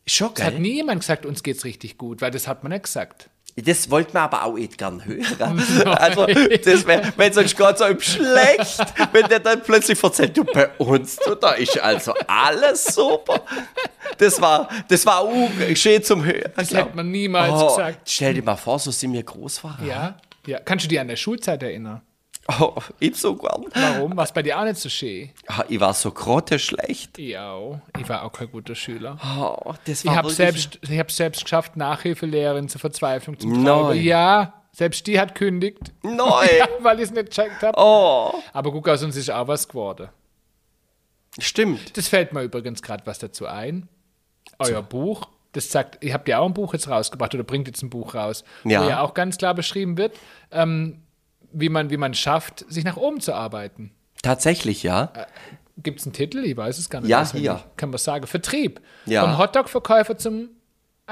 [SPEAKER 2] Schon
[SPEAKER 1] Es hat
[SPEAKER 2] geil.
[SPEAKER 1] nie jemand gesagt, uns geht's richtig gut, weil das hat man nicht gesagt.
[SPEAKER 2] Das wollte man aber auch nicht gern hören. Also, das wär, wenn sonst Gott so im Schlecht, wenn der dann plötzlich erzählt, du bei uns, du, da ist also alles super. Das war, das war auch schön zum Hören.
[SPEAKER 1] Das hätte man niemals
[SPEAKER 2] oh,
[SPEAKER 1] gesagt.
[SPEAKER 2] Stell dir mal vor, so sind wir groß waren.
[SPEAKER 1] Ja? ja. Kannst du dich an der Schulzeit erinnern?
[SPEAKER 2] Oh, ich so gern.
[SPEAKER 1] Warum? War es bei dir auch nicht so schön?
[SPEAKER 2] Ah, Ich war so grotteschlecht.
[SPEAKER 1] Ja, auch. ich war auch kein guter Schüler.
[SPEAKER 2] Oh, das
[SPEAKER 1] Ich
[SPEAKER 2] war
[SPEAKER 1] habe
[SPEAKER 2] wirklich-
[SPEAKER 1] selbst, ich hab selbst geschafft, Nachhilfelehrerin zur Verzweiflung zu treiben.
[SPEAKER 2] Nein.
[SPEAKER 1] Ja, selbst die hat kündigt,
[SPEAKER 2] Nein.
[SPEAKER 1] weil ich es nicht gecheckt habe.
[SPEAKER 2] Oh,
[SPEAKER 1] Aber guck, aus uns ist auch was geworden.
[SPEAKER 2] stimmt.
[SPEAKER 1] Das fällt mir übrigens gerade was dazu ein. Euer Buch, das sagt, ihr habt ja auch ein Buch jetzt rausgebracht oder bringt jetzt ein Buch raus,
[SPEAKER 2] Ja.
[SPEAKER 1] wo ja auch ganz klar beschrieben wird, ähm, wie man wie man schafft, sich nach oben zu arbeiten.
[SPEAKER 2] Tatsächlich, ja.
[SPEAKER 1] Gibt es einen Titel? Ich weiß es gar nicht.
[SPEAKER 2] Ja,
[SPEAKER 1] auswendig.
[SPEAKER 2] hier.
[SPEAKER 1] Kann man sagen. Vertrieb.
[SPEAKER 2] Ja.
[SPEAKER 1] Vom Hotdog-Verkäufer zum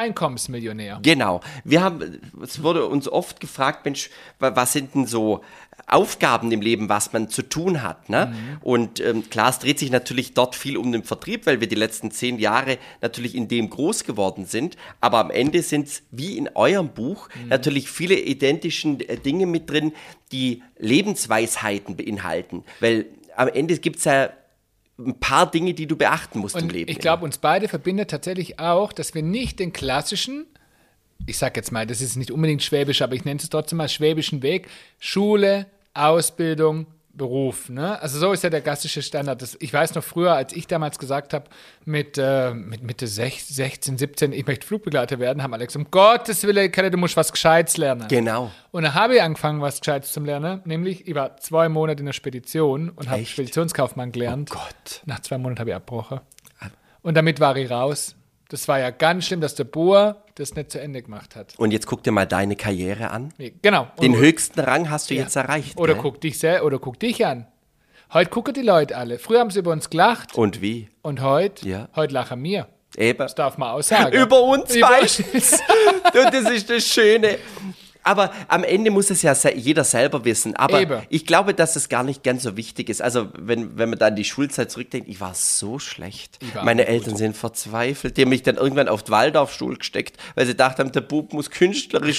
[SPEAKER 1] Einkommensmillionär.
[SPEAKER 2] Genau. Wir haben, es wurde uns oft gefragt, Mensch, wa- was sind denn so Aufgaben im Leben, was man zu tun hat? Ne?
[SPEAKER 1] Mhm.
[SPEAKER 2] Und ähm, klar, es dreht sich natürlich dort viel um den Vertrieb, weil wir die letzten zehn Jahre natürlich in dem groß geworden sind. Aber am Ende sind es, wie in eurem Buch,
[SPEAKER 1] Mhm.
[SPEAKER 2] natürlich viele identischen äh, Dinge mit drin, die Lebensweisheiten beinhalten. Weil am Ende gibt es ja ein paar Dinge, die du beachten musst im
[SPEAKER 1] Und
[SPEAKER 2] Leben.
[SPEAKER 1] ich glaube, uns beide verbindet tatsächlich auch, dass wir nicht den klassischen, ich sag jetzt mal, das ist nicht unbedingt schwäbisch, aber ich nenne es trotzdem mal schwäbischen Weg, Schule, Ausbildung, Beruf. Ne? Also so ist ja der klassische Standard. Das, ich weiß noch früher, als ich damals gesagt habe, mit, äh, mit Mitte sech- 16, 17, ich möchte Flugbegleiter werden, haben Alex, um Gottes Willen, Kalle, du musst was Gescheites lernen.
[SPEAKER 2] Genau.
[SPEAKER 1] Und da habe ich angefangen, was Gescheites zu lernen, nämlich ich war zwei Monate in der Spedition und habe
[SPEAKER 2] Echt?
[SPEAKER 1] Speditionskaufmann gelernt.
[SPEAKER 2] Gott.
[SPEAKER 1] Nach zwei Monaten habe ich abgebrochen.
[SPEAKER 2] Ah.
[SPEAKER 1] Und damit war ich raus. Das war ja ganz schlimm, dass der Boer das nicht zu Ende gemacht hat.
[SPEAKER 2] Und jetzt guck dir mal deine Karriere an.
[SPEAKER 1] Nee, Genau. Und-
[SPEAKER 2] Den ne? höchsten Rang hast du jetzt erreicht.
[SPEAKER 1] Oder
[SPEAKER 2] gell?
[SPEAKER 1] guck dich sel oder guck dich an. Heute gucken die Leute alle. Früher haben sie über uns gelacht
[SPEAKER 2] Und wie?
[SPEAKER 1] und heute,
[SPEAKER 2] Ja.
[SPEAKER 1] heute lachen wir.
[SPEAKER 2] Eben.
[SPEAKER 1] Das darf man aussagen.
[SPEAKER 2] Über uns
[SPEAKER 1] Über-
[SPEAKER 2] meistens. Und das ist das Schöne. Aber am Ende muss es ja se- jeder selber wissen. Aber
[SPEAKER 1] Eben.
[SPEAKER 2] ich glaube, dass es gar nicht ganz so wichtig ist. Also, wenn, wenn man da an die Schulzeit zurückdenkt, ich war so schlecht.
[SPEAKER 1] war
[SPEAKER 2] Meine
[SPEAKER 1] auch
[SPEAKER 2] Eltern sind verzweifelt. Die haben mich dann irgendwann auf den Waldorfstuhl gesteckt, weil sie dachten, der Bub muss künstlerisch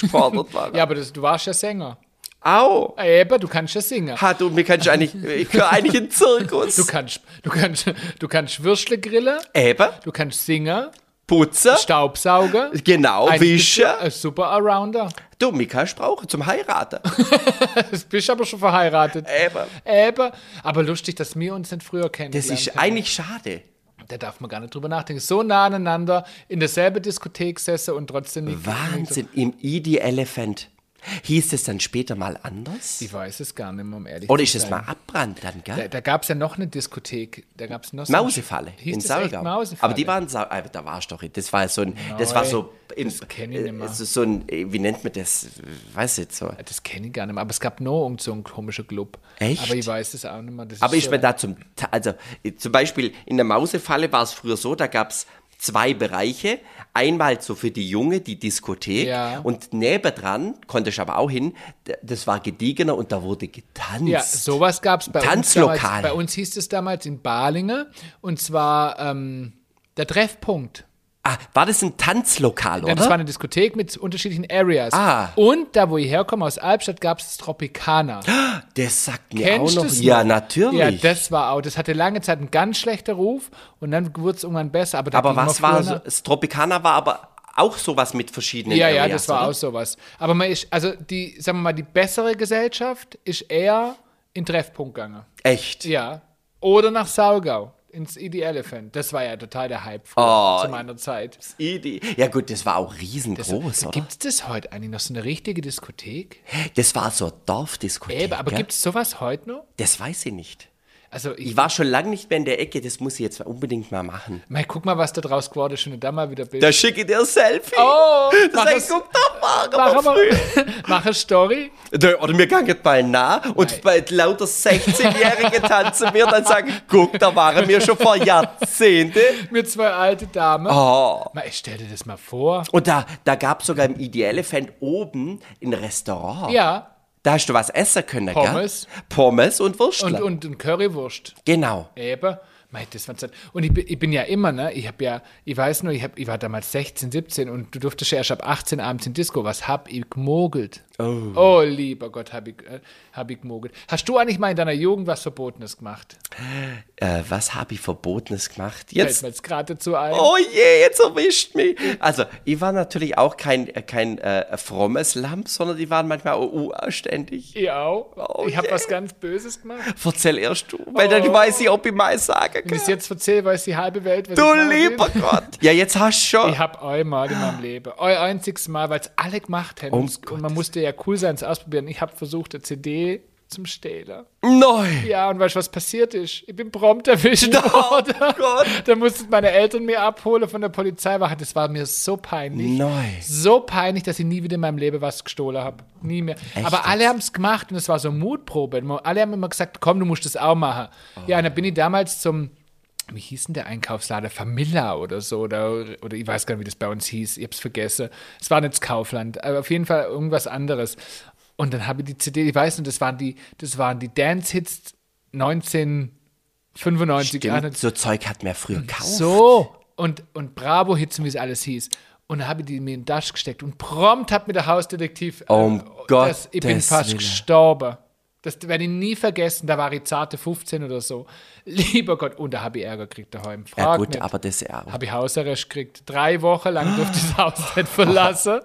[SPEAKER 2] gefordert werden.
[SPEAKER 1] Ja, aber das, du warst ja Sänger.
[SPEAKER 2] Au!
[SPEAKER 1] Eben, du kannst ja singen.
[SPEAKER 2] Ha, du, mir kannst du eigentlich, ich gehöre eigentlich in den Zirkus.
[SPEAKER 1] Du kannst, du kannst, du kannst Würstle grillen,
[SPEAKER 2] Eben,
[SPEAKER 1] du kannst singen,
[SPEAKER 2] Putzer,
[SPEAKER 1] Staubsauger,
[SPEAKER 2] genau, Wischer.
[SPEAKER 1] ein super Allrounder.
[SPEAKER 2] Du, Mika brauche zum Heiraten.
[SPEAKER 1] Das bist aber schon verheiratet.
[SPEAKER 2] Eben.
[SPEAKER 1] Aber, aber lustig, dass wir uns nicht früher
[SPEAKER 2] Das
[SPEAKER 1] kennengelernt
[SPEAKER 2] ist eigentlich schade.
[SPEAKER 1] haben. Da darf man gar nicht drüber nachdenken. So nah aneinander, in derselben Diskothek sesse und trotzdem nicht.
[SPEAKER 2] Wahnsinn, im Idi Elephant. Hieß es dann später mal anders?
[SPEAKER 1] Ich weiß es gar nicht mehr, um ehrlich
[SPEAKER 2] Oder
[SPEAKER 1] zu
[SPEAKER 2] ist es
[SPEAKER 1] sein.
[SPEAKER 2] mal abbrannt dann,
[SPEAKER 1] Da,
[SPEAKER 2] gell?
[SPEAKER 1] da gab es ja noch eine Diskothek. Da gab es noch so eine-
[SPEAKER 2] Mausefalle
[SPEAKER 1] Hieß
[SPEAKER 2] in
[SPEAKER 1] das echt
[SPEAKER 2] Saulgau.
[SPEAKER 1] Mausefalle.
[SPEAKER 2] Aber die waren Sau aber da warst du doch. Das war so ein das war so im,
[SPEAKER 1] kenn ich nicht mehr.
[SPEAKER 2] äh, so- so ein äh, wie nennt man das? Weiß jetzt so.
[SPEAKER 1] Das kenne ich gar nicht mehr. Aber es gab noch irgend so einen komischen Club.
[SPEAKER 2] Echt?
[SPEAKER 1] Aber ich weiß es auch nicht mehr. Das
[SPEAKER 2] Aber
[SPEAKER 1] ist
[SPEAKER 2] ich
[SPEAKER 1] so
[SPEAKER 2] meine da zum Ta- also äh, zum Beispiel in der Mausefalle war es früher so, da gab es zwei Bereiche, einmal so für die Junge die Diskothek
[SPEAKER 1] Ja.
[SPEAKER 2] und nebendran konnte ich aber auch hin, d- das war gediegener und da wurde getanzt.
[SPEAKER 1] Ja, sowas gab es bei
[SPEAKER 2] Tanzlokal.
[SPEAKER 1] uns. damals. Bei uns hieß es damals in Balinge und zwar ähm, der Treffpunkt.
[SPEAKER 2] Ah, war das ein Tanzlokal,
[SPEAKER 1] Ja,
[SPEAKER 2] oder?
[SPEAKER 1] das war eine Diskothek mit unterschiedlichen Areas.
[SPEAKER 2] Ah.
[SPEAKER 1] Und da, wo ich herkomme, aus Albstadt, gab es das Tropicana.
[SPEAKER 2] das sagt mir
[SPEAKER 1] Kennst
[SPEAKER 2] Ah, auch noch.
[SPEAKER 1] du's
[SPEAKER 2] Ja,
[SPEAKER 1] noch?
[SPEAKER 2] natürlich.
[SPEAKER 1] Ja, das war auch. Das hatte lange Zeit einen ganz schlechten Ruf und dann wurde es irgendwann besser. Aber, da
[SPEAKER 2] aber
[SPEAKER 1] ging man
[SPEAKER 2] was war
[SPEAKER 1] früher
[SPEAKER 2] so,
[SPEAKER 1] nach-
[SPEAKER 2] das Tropicana war aber auch sowas mit verschiedenen
[SPEAKER 1] Ja, ja,
[SPEAKER 2] Areas,
[SPEAKER 1] das war
[SPEAKER 2] oder?
[SPEAKER 1] auch sowas. Aber man ist, also die, sagen wir mal, die bessere Gesellschaft ist eher in Treffpunkt gegangen.
[SPEAKER 2] echt.
[SPEAKER 1] Ja. Oder nach Saugau. Ins Idi Elephant. Das war ja total der Hype früher,
[SPEAKER 2] Oh.
[SPEAKER 1] zu meiner Zeit.
[SPEAKER 2] Idee. Ja gut, das war auch riesengroß, oder?
[SPEAKER 1] Gibt es das heute eigentlich noch so eine richtige Diskothek?
[SPEAKER 2] das war so eine Dorfdiskothek.
[SPEAKER 1] Eben, aber
[SPEAKER 2] gell?
[SPEAKER 1] gibt es sowas heute noch?
[SPEAKER 2] Das weiß ich nicht.
[SPEAKER 1] Also ich,
[SPEAKER 2] Ich war schon lange nicht mehr in der Ecke, das muss ich jetzt unbedingt mal machen.
[SPEAKER 1] Mei, guck mal, was da draus geworden ist, wenn du da mal wieder bist.
[SPEAKER 2] Da schicke ich dir ein Selfie.
[SPEAKER 1] Oh, mach
[SPEAKER 2] das heißt,
[SPEAKER 1] es.
[SPEAKER 2] guck doch mal,
[SPEAKER 1] mach,
[SPEAKER 2] aber früh.
[SPEAKER 1] mal, mach eine Story.
[SPEAKER 2] Da- Oder wir gehen mal nah und
[SPEAKER 1] Nein.
[SPEAKER 2] bei lauter 16-Jährigen tanzen wir dann sagen, guck, da waren wir schon vor Jahrzehnten.
[SPEAKER 1] Mit zwei alte Damen.
[SPEAKER 2] Oh.
[SPEAKER 1] Mei, ich stell dir das mal vor.
[SPEAKER 2] Und da, da gab es sogar im Ideelle Fan oben ein Restaurant.
[SPEAKER 1] Ja,
[SPEAKER 2] Da hast du was essen können,
[SPEAKER 1] Pommes.
[SPEAKER 2] gell? Pommes und Würstchen.
[SPEAKER 1] Und, und, und Currywurst.
[SPEAKER 2] genau.
[SPEAKER 1] Eben. Mei, das war Zeit. Und ich, bin- ich bin ja immer, ne? Ich habe ja, ich weiß nur, ich, hab, ich war damals 16, 17 und du durftest ja erst ab 18 abends in Disco. Was hab ich gemogelt? Oh, lieber Gott, hab ich, äh, hab ich gemogelt. Hast du eigentlich mal in deiner Jugend was Verbotenes gemacht?
[SPEAKER 2] Äh, was habe ich Verbotenes gemacht?
[SPEAKER 1] Fällt
[SPEAKER 2] Jetzt.
[SPEAKER 1] mir jetzt gerade dazu ein.
[SPEAKER 2] Oh je, jetzt erwischt mich. Also, ich war natürlich auch kein, äh, kein äh, frommes Lamm, sondern die waren manchmal unanständig.
[SPEAKER 1] Ich auch.
[SPEAKER 2] Oh
[SPEAKER 1] ich habe
[SPEAKER 2] je.
[SPEAKER 1] was ganz Böses gemacht.
[SPEAKER 2] Erzähl erst du, weil dann weiß ich, ob ich mal sagen
[SPEAKER 1] Wenn ich
[SPEAKER 2] kann.
[SPEAKER 1] es jetzt erzähle, weiß die halbe Welt, was ich
[SPEAKER 2] Du
[SPEAKER 1] machen will.
[SPEAKER 2] lieber Gott. Ja, jetzt hast du schon.
[SPEAKER 1] Ich hab einmal in meinem Leben, euer einziges Mal, weil es alle gemacht haben.
[SPEAKER 2] Um
[SPEAKER 1] und man
[SPEAKER 2] Gottes
[SPEAKER 1] musste ja cool sein, es ausprobieren. Ich habe versucht, eine CD zum Stehler.
[SPEAKER 2] Nein.
[SPEAKER 1] Ja, und weißt du, was passiert ist? Ich bin prompt erwischt worden.
[SPEAKER 2] Oh Gott.
[SPEAKER 1] Da mussten meine Eltern mir abholen von der Polizeiwache. Das war mir so peinlich.
[SPEAKER 2] Nein.
[SPEAKER 1] So peinlich, dass ich nie wieder in meinem Leben was gestohlen habe. Nie mehr. Aber alle haben es gemacht und es war so Mutprobe. Alle haben immer gesagt, komm, du musst das auch machen. Ja, und dann bin ich damals zum, wie hieß denn der Einkaufsladen? Familla oder so. Oder, oder ich weiß gar nicht, wie das bei uns hieß. Ich hab's vergessen. Es war nicht das Kaufland, aber auf jeden Fall irgendwas anderes. Und dann habe ich die CD, ich weiß nicht, das waren die, das waren die Dance-Hits 1995. Ah,
[SPEAKER 2] Stimmt, so Zeug hat man ja früher gekauft.
[SPEAKER 1] so, und, und Bravo Hits, und wie es alles hieß. Und dann habe ich die mir in den Tasch gesteckt und prompt hat mir der Hausdetektiv. äh,
[SPEAKER 2] Um
[SPEAKER 1] das, Ich bin
[SPEAKER 2] Gottes
[SPEAKER 1] fast
[SPEAKER 2] Willen.
[SPEAKER 1] gestorben. Das werde ich nie vergessen. Da war ich zarte 15 oder so. Lieber Gott, und da habe ich Ärger gekriegt daheim. Frag
[SPEAKER 2] Ja, gut,
[SPEAKER 1] nicht.
[SPEAKER 2] aber das ja auch.
[SPEAKER 1] Habe ich Hausarrest gekriegt. Drei Wochen lang durfte ich das Haus nicht verlassen.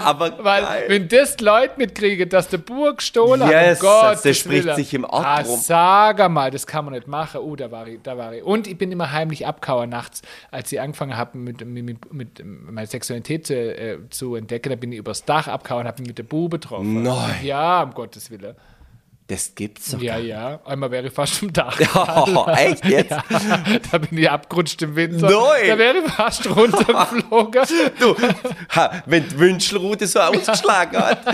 [SPEAKER 2] Aber
[SPEAKER 1] Weil,
[SPEAKER 2] geil.
[SPEAKER 1] wenn das die Leute mitkriegen, dass der Burg gestohlen hat,
[SPEAKER 2] Yes,
[SPEAKER 1] um Gottes
[SPEAKER 2] das spricht
[SPEAKER 1] Willen.
[SPEAKER 2] sich im Ort
[SPEAKER 1] ah,
[SPEAKER 2] rum.
[SPEAKER 1] sag mal, das kann man nicht machen. Oh, da war ich, da war ich. Und ich bin immer heimlich abkauer nachts. Als ich angefangen habe, mit, mit, mit, mit meiner Sexualität zu, äh, zu entdecken, da bin ich übers Dach abkauer und habe mich mit der Bube getroffen.
[SPEAKER 2] Nein.
[SPEAKER 1] Ja, um Gottes Willen.
[SPEAKER 2] das gibt's doch.
[SPEAKER 1] Ja, ja. Einmal wäre ich fast im Dach.
[SPEAKER 2] Oh, echt jetzt?
[SPEAKER 1] Ja, da bin ich abgerutscht im Winter.
[SPEAKER 2] Nein.
[SPEAKER 1] Da wäre ich fast runtergeflogen.
[SPEAKER 2] Du, ha, wenn die Wünschelrute so ausgeschlagen hat.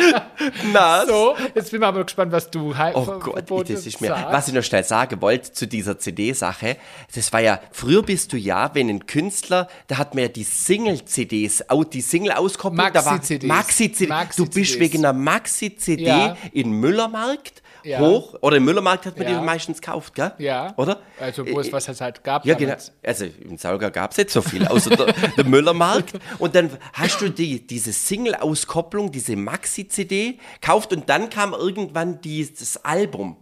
[SPEAKER 2] Na,
[SPEAKER 1] So, jetzt bin ich aber gespannt, was du heim
[SPEAKER 2] Oh Gott, das ist mir. Was ich noch schnell sagen wollte zu dieser CD-Sache, das war ja, früher bist du ja, wenn ein Künstler, da hat man ja die Single-CDs, auch die Single-Auskopplung, da war
[SPEAKER 1] Maxi-CDs.
[SPEAKER 2] Maxi-CD. du
[SPEAKER 1] Maxi-CDs.
[SPEAKER 2] bist wegen einer Maxi-CD
[SPEAKER 1] Ja.
[SPEAKER 2] in Müllermarkt
[SPEAKER 1] Ja.
[SPEAKER 2] hoch, oder im Müllermarkt hat man
[SPEAKER 1] Ja.
[SPEAKER 2] die meistens gekauft, gell?
[SPEAKER 1] Ja.
[SPEAKER 2] Oder?
[SPEAKER 1] Also, wo
[SPEAKER 2] Äh,
[SPEAKER 1] es was es halt gab.
[SPEAKER 2] ja, genau.
[SPEAKER 1] damals.
[SPEAKER 2] Also im Sauger gab es nicht so viel, außer der, der Müllermarkt. Und dann hast du die, diese Single-Auskopplung, diese Maxi-CD gekauft und dann kam irgendwann die, das Album.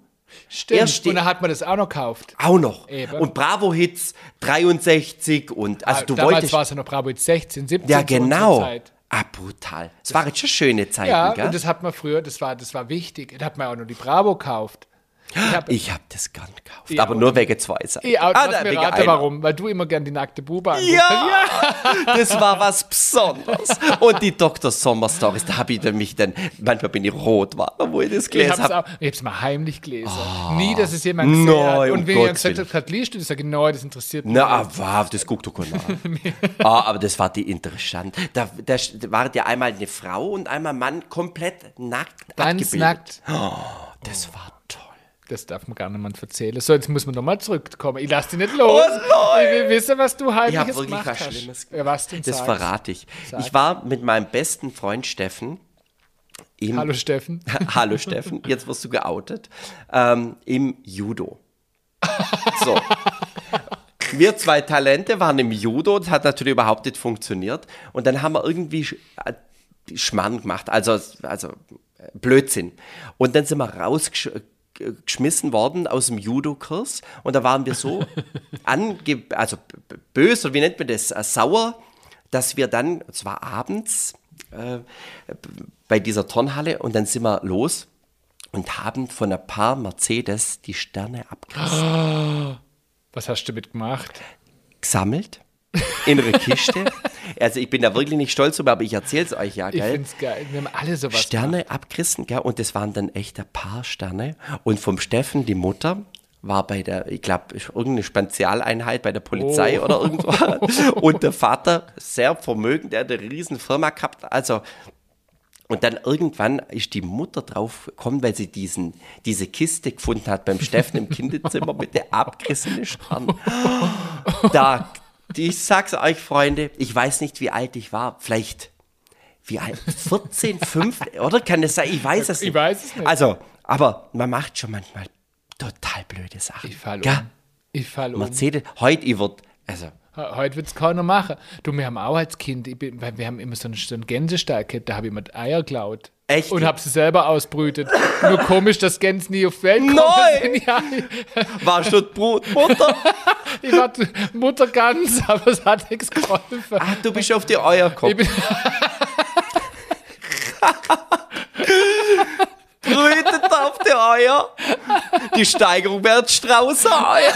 [SPEAKER 1] Stimmt.
[SPEAKER 2] Erst die-
[SPEAKER 1] und dann hat man das auch noch gekauft.
[SPEAKER 2] Auch noch.
[SPEAKER 1] Eben.
[SPEAKER 2] Und Bravo-Hits 63 und also du
[SPEAKER 1] Ah, damals
[SPEAKER 2] wolltest.
[SPEAKER 1] war es ja noch Bravo jetzt 16, 17.
[SPEAKER 2] ja,
[SPEAKER 1] zu unserer
[SPEAKER 2] genau.
[SPEAKER 1] Zeit.
[SPEAKER 2] Ah, brutal. Es waren jetzt schon schöne Zeiten,
[SPEAKER 1] Ja,
[SPEAKER 2] gell?
[SPEAKER 1] und das hat man früher, das war, das war wichtig. Da hat man auch nur die Bravo gekauft. Ich hab,
[SPEAKER 2] ich habe das gern gekauft.
[SPEAKER 1] Ja,
[SPEAKER 2] aber nur wegen zwei Seiten. Ah,
[SPEAKER 1] ich, auch, lass
[SPEAKER 2] nein,
[SPEAKER 1] mir
[SPEAKER 2] wegen
[SPEAKER 1] raten,
[SPEAKER 2] einer.
[SPEAKER 1] warum. Weil du immer gern die nackte Bube anguckst.
[SPEAKER 2] Ja, das war was Besonderes. Und die Dr. Sommer Stories, da habe ich dann mich dann, manchmal bin ich rot, war, wo ich das
[SPEAKER 1] Ich
[SPEAKER 2] gelesen
[SPEAKER 1] hab's,
[SPEAKER 2] habe.
[SPEAKER 1] auch, ich hab's mal heimlich gelesen. Nie, dass es jemand gesehen hat.
[SPEAKER 2] Nein,
[SPEAKER 1] Und
[SPEAKER 2] Oh. um
[SPEAKER 1] wenn jemand
[SPEAKER 2] Gottes
[SPEAKER 1] gesagt hat, gerade liest du das, sag ich, nein, das interessiert mich.
[SPEAKER 2] Na, ah, wow, das guckt doch keiner an. ah, aber das war die interessant. Da, da sch- da war ja einmal eine Frau und einmal ein Mann komplett nackt
[SPEAKER 1] Ganz
[SPEAKER 2] abgebildet.
[SPEAKER 1] nackt.
[SPEAKER 2] Das war toll.
[SPEAKER 1] Das darf man gar niemand erzählen. So, jetzt muss man nochmal zurückkommen. Ich lass dich nicht los.
[SPEAKER 2] Oh nein!
[SPEAKER 1] Ich will wissen, was du
[SPEAKER 2] Ich habe
[SPEAKER 1] heimliches
[SPEAKER 2] wirklich
[SPEAKER 1] gemacht
[SPEAKER 2] was
[SPEAKER 1] hast.
[SPEAKER 2] Schlimmes
[SPEAKER 1] Ja, was denn
[SPEAKER 2] Das
[SPEAKER 1] sag's?
[SPEAKER 2] verrate ich. Ich war mit meinem besten Freund Steffen im
[SPEAKER 1] Hallo Steffen.
[SPEAKER 2] Hallo Steffen, jetzt wirst du geoutet. Ähm, Im Judo. So. Wir zwei Talente waren im Judo, das hat natürlich überhaupt nicht funktioniert. Und dann haben wir irgendwie Sch- äh, Schmarrn gemacht, also, also äh, Blödsinn. Und dann sind wir rausgeschmissen worden aus dem Judo-Kurs und da waren wir so ange also b- b- böse, oder wie nennt man das, äh, sauer, dass wir dann, es war abends, äh, bei dieser Turnhalle und dann sind wir los und haben von ein paar Mercedes die Sterne abgesammelt
[SPEAKER 1] Was hast du mitgemacht?
[SPEAKER 2] in eine Kiste. Also ich bin da wirklich nicht stolz drüber, aber ich erzähle es euch ja,
[SPEAKER 1] Ich
[SPEAKER 2] gell?
[SPEAKER 1] find's geil. Wir haben alle sowas.
[SPEAKER 2] Sterne abgerissen, gell? Und das waren dann echt ein paar Sterne. Und vom Steffen, die Mutter, war bei der, ich glaube, irgendeine Spezialeinheit bei der Polizei oder irgendwo. Und der Vater, sehr vermögend, der hat eine riesen Firma gehabt. Also Und dann irgendwann ist die Mutter drauf gekommen, weil sie diesen, diese Kiste gefunden hat beim Steffen im Kinderzimmer mit der abgerissenen Spanne. Da, ich sag's euch, Freunde, ich weiß nicht, wie alt ich war. Vielleicht wie alt? 14, 15, oder? Kann das sein? Ich weiß es
[SPEAKER 1] Ich
[SPEAKER 2] nicht.
[SPEAKER 1] weiß es nicht.
[SPEAKER 2] Also, aber man macht schon manchmal total blöde Sachen.
[SPEAKER 1] Ich fall um.
[SPEAKER 2] Gell?
[SPEAKER 1] Ich fall um.
[SPEAKER 2] Mercedes, heute, ich wird, also,
[SPEAKER 1] He- Heute wird es keiner machen. Du, wir haben auch als Kind, ich bin, weil wir haben immer so einen, so einen Gänsestall gehabt, da habe ich mir die Eier geklaut.
[SPEAKER 2] Echt?
[SPEAKER 1] Und habe sie selber ausbrütet. Nur komisch, dass Gänse nie auf die Welt kommen
[SPEAKER 2] Nein!
[SPEAKER 1] sind. Ja,
[SPEAKER 2] war schon Brot, Mutter.
[SPEAKER 1] ich war Muttergans, aber es hat nichts geholfen.
[SPEAKER 2] Ach, Ah, du bist auf die Eier
[SPEAKER 1] Ich
[SPEAKER 2] gekommen.
[SPEAKER 1] bin,
[SPEAKER 2] Brütet auf die Eier. Die Steigerung wird Straußer-Eier.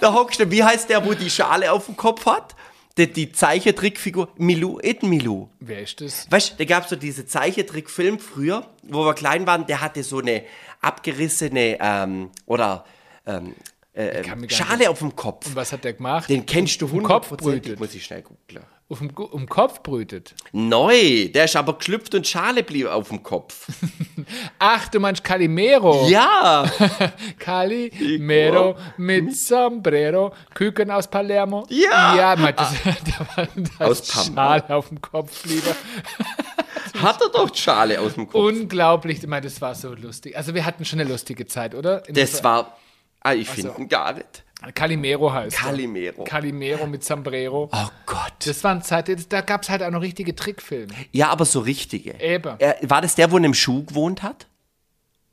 [SPEAKER 2] Da hockst du, wie heißt der, wo die Schale auf dem Kopf hat? Die, die Zeichentrickfigur Milou, Ed Milou.
[SPEAKER 1] wer ist das?
[SPEAKER 2] Weißt du, da gab es so diese Zeichentrickfilm früher, wo wir klein waren, der hatte so eine abgerissene ähm, oder ähm,
[SPEAKER 1] kann
[SPEAKER 2] äh,
[SPEAKER 1] mich gar nicht-
[SPEAKER 2] Schale auf dem Kopf.
[SPEAKER 1] Was hat der gemacht?
[SPEAKER 2] Den kennst du
[SPEAKER 1] Kopf
[SPEAKER 2] hundertprozentig.
[SPEAKER 1] brütet.
[SPEAKER 2] Muss ich schnell googeln.
[SPEAKER 1] Auf dem, Gu- um den Kopf brütet.
[SPEAKER 2] Neu, der ist aber geschlüpft und Schale blieb auf dem Kopf.
[SPEAKER 1] Ach, du meinst
[SPEAKER 2] Oh.
[SPEAKER 1] Calimero.
[SPEAKER 2] Ja,
[SPEAKER 1] Calimero mit Sombrero, Küken aus Palermo.
[SPEAKER 2] Ja. Ah.
[SPEAKER 1] Ja, man, das, da war das
[SPEAKER 2] Aus Pampa.
[SPEAKER 1] Schal auf dem Kopf lieber.
[SPEAKER 2] hat er doch die Schale aus dem Kopf.
[SPEAKER 1] Unglaublich, ich meine, das war so lustig. Also wir hatten schon eine lustige Zeit, oder? In
[SPEAKER 2] das
[SPEAKER 1] unserer-
[SPEAKER 2] war, ah, ich finde ihn gar nicht.
[SPEAKER 1] Calimero heißt er.
[SPEAKER 2] Calimero.
[SPEAKER 1] Calimero mit Sombrero.
[SPEAKER 2] Oh Gott.
[SPEAKER 1] Das waren Zeiten, da gab es halt auch noch richtige Trickfilme.
[SPEAKER 2] Ja, aber so richtige.
[SPEAKER 1] Eben.
[SPEAKER 2] Er- War das der, wo in einem Schuh gewohnt hat?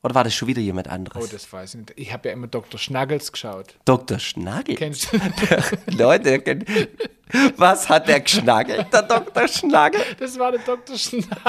[SPEAKER 2] Oder war das schon wieder jemand
[SPEAKER 1] Oh,
[SPEAKER 2] anderes?
[SPEAKER 1] das weiß ich nicht. Ich habe ja immer Dr. Schnaggels geschaut.
[SPEAKER 2] Dr. Schnagel.
[SPEAKER 1] Kennst du?
[SPEAKER 2] Leute, kennt- was hat der geschnaggelt, der Dr. Schnagel?
[SPEAKER 1] Das war der Dr. Schnaggel.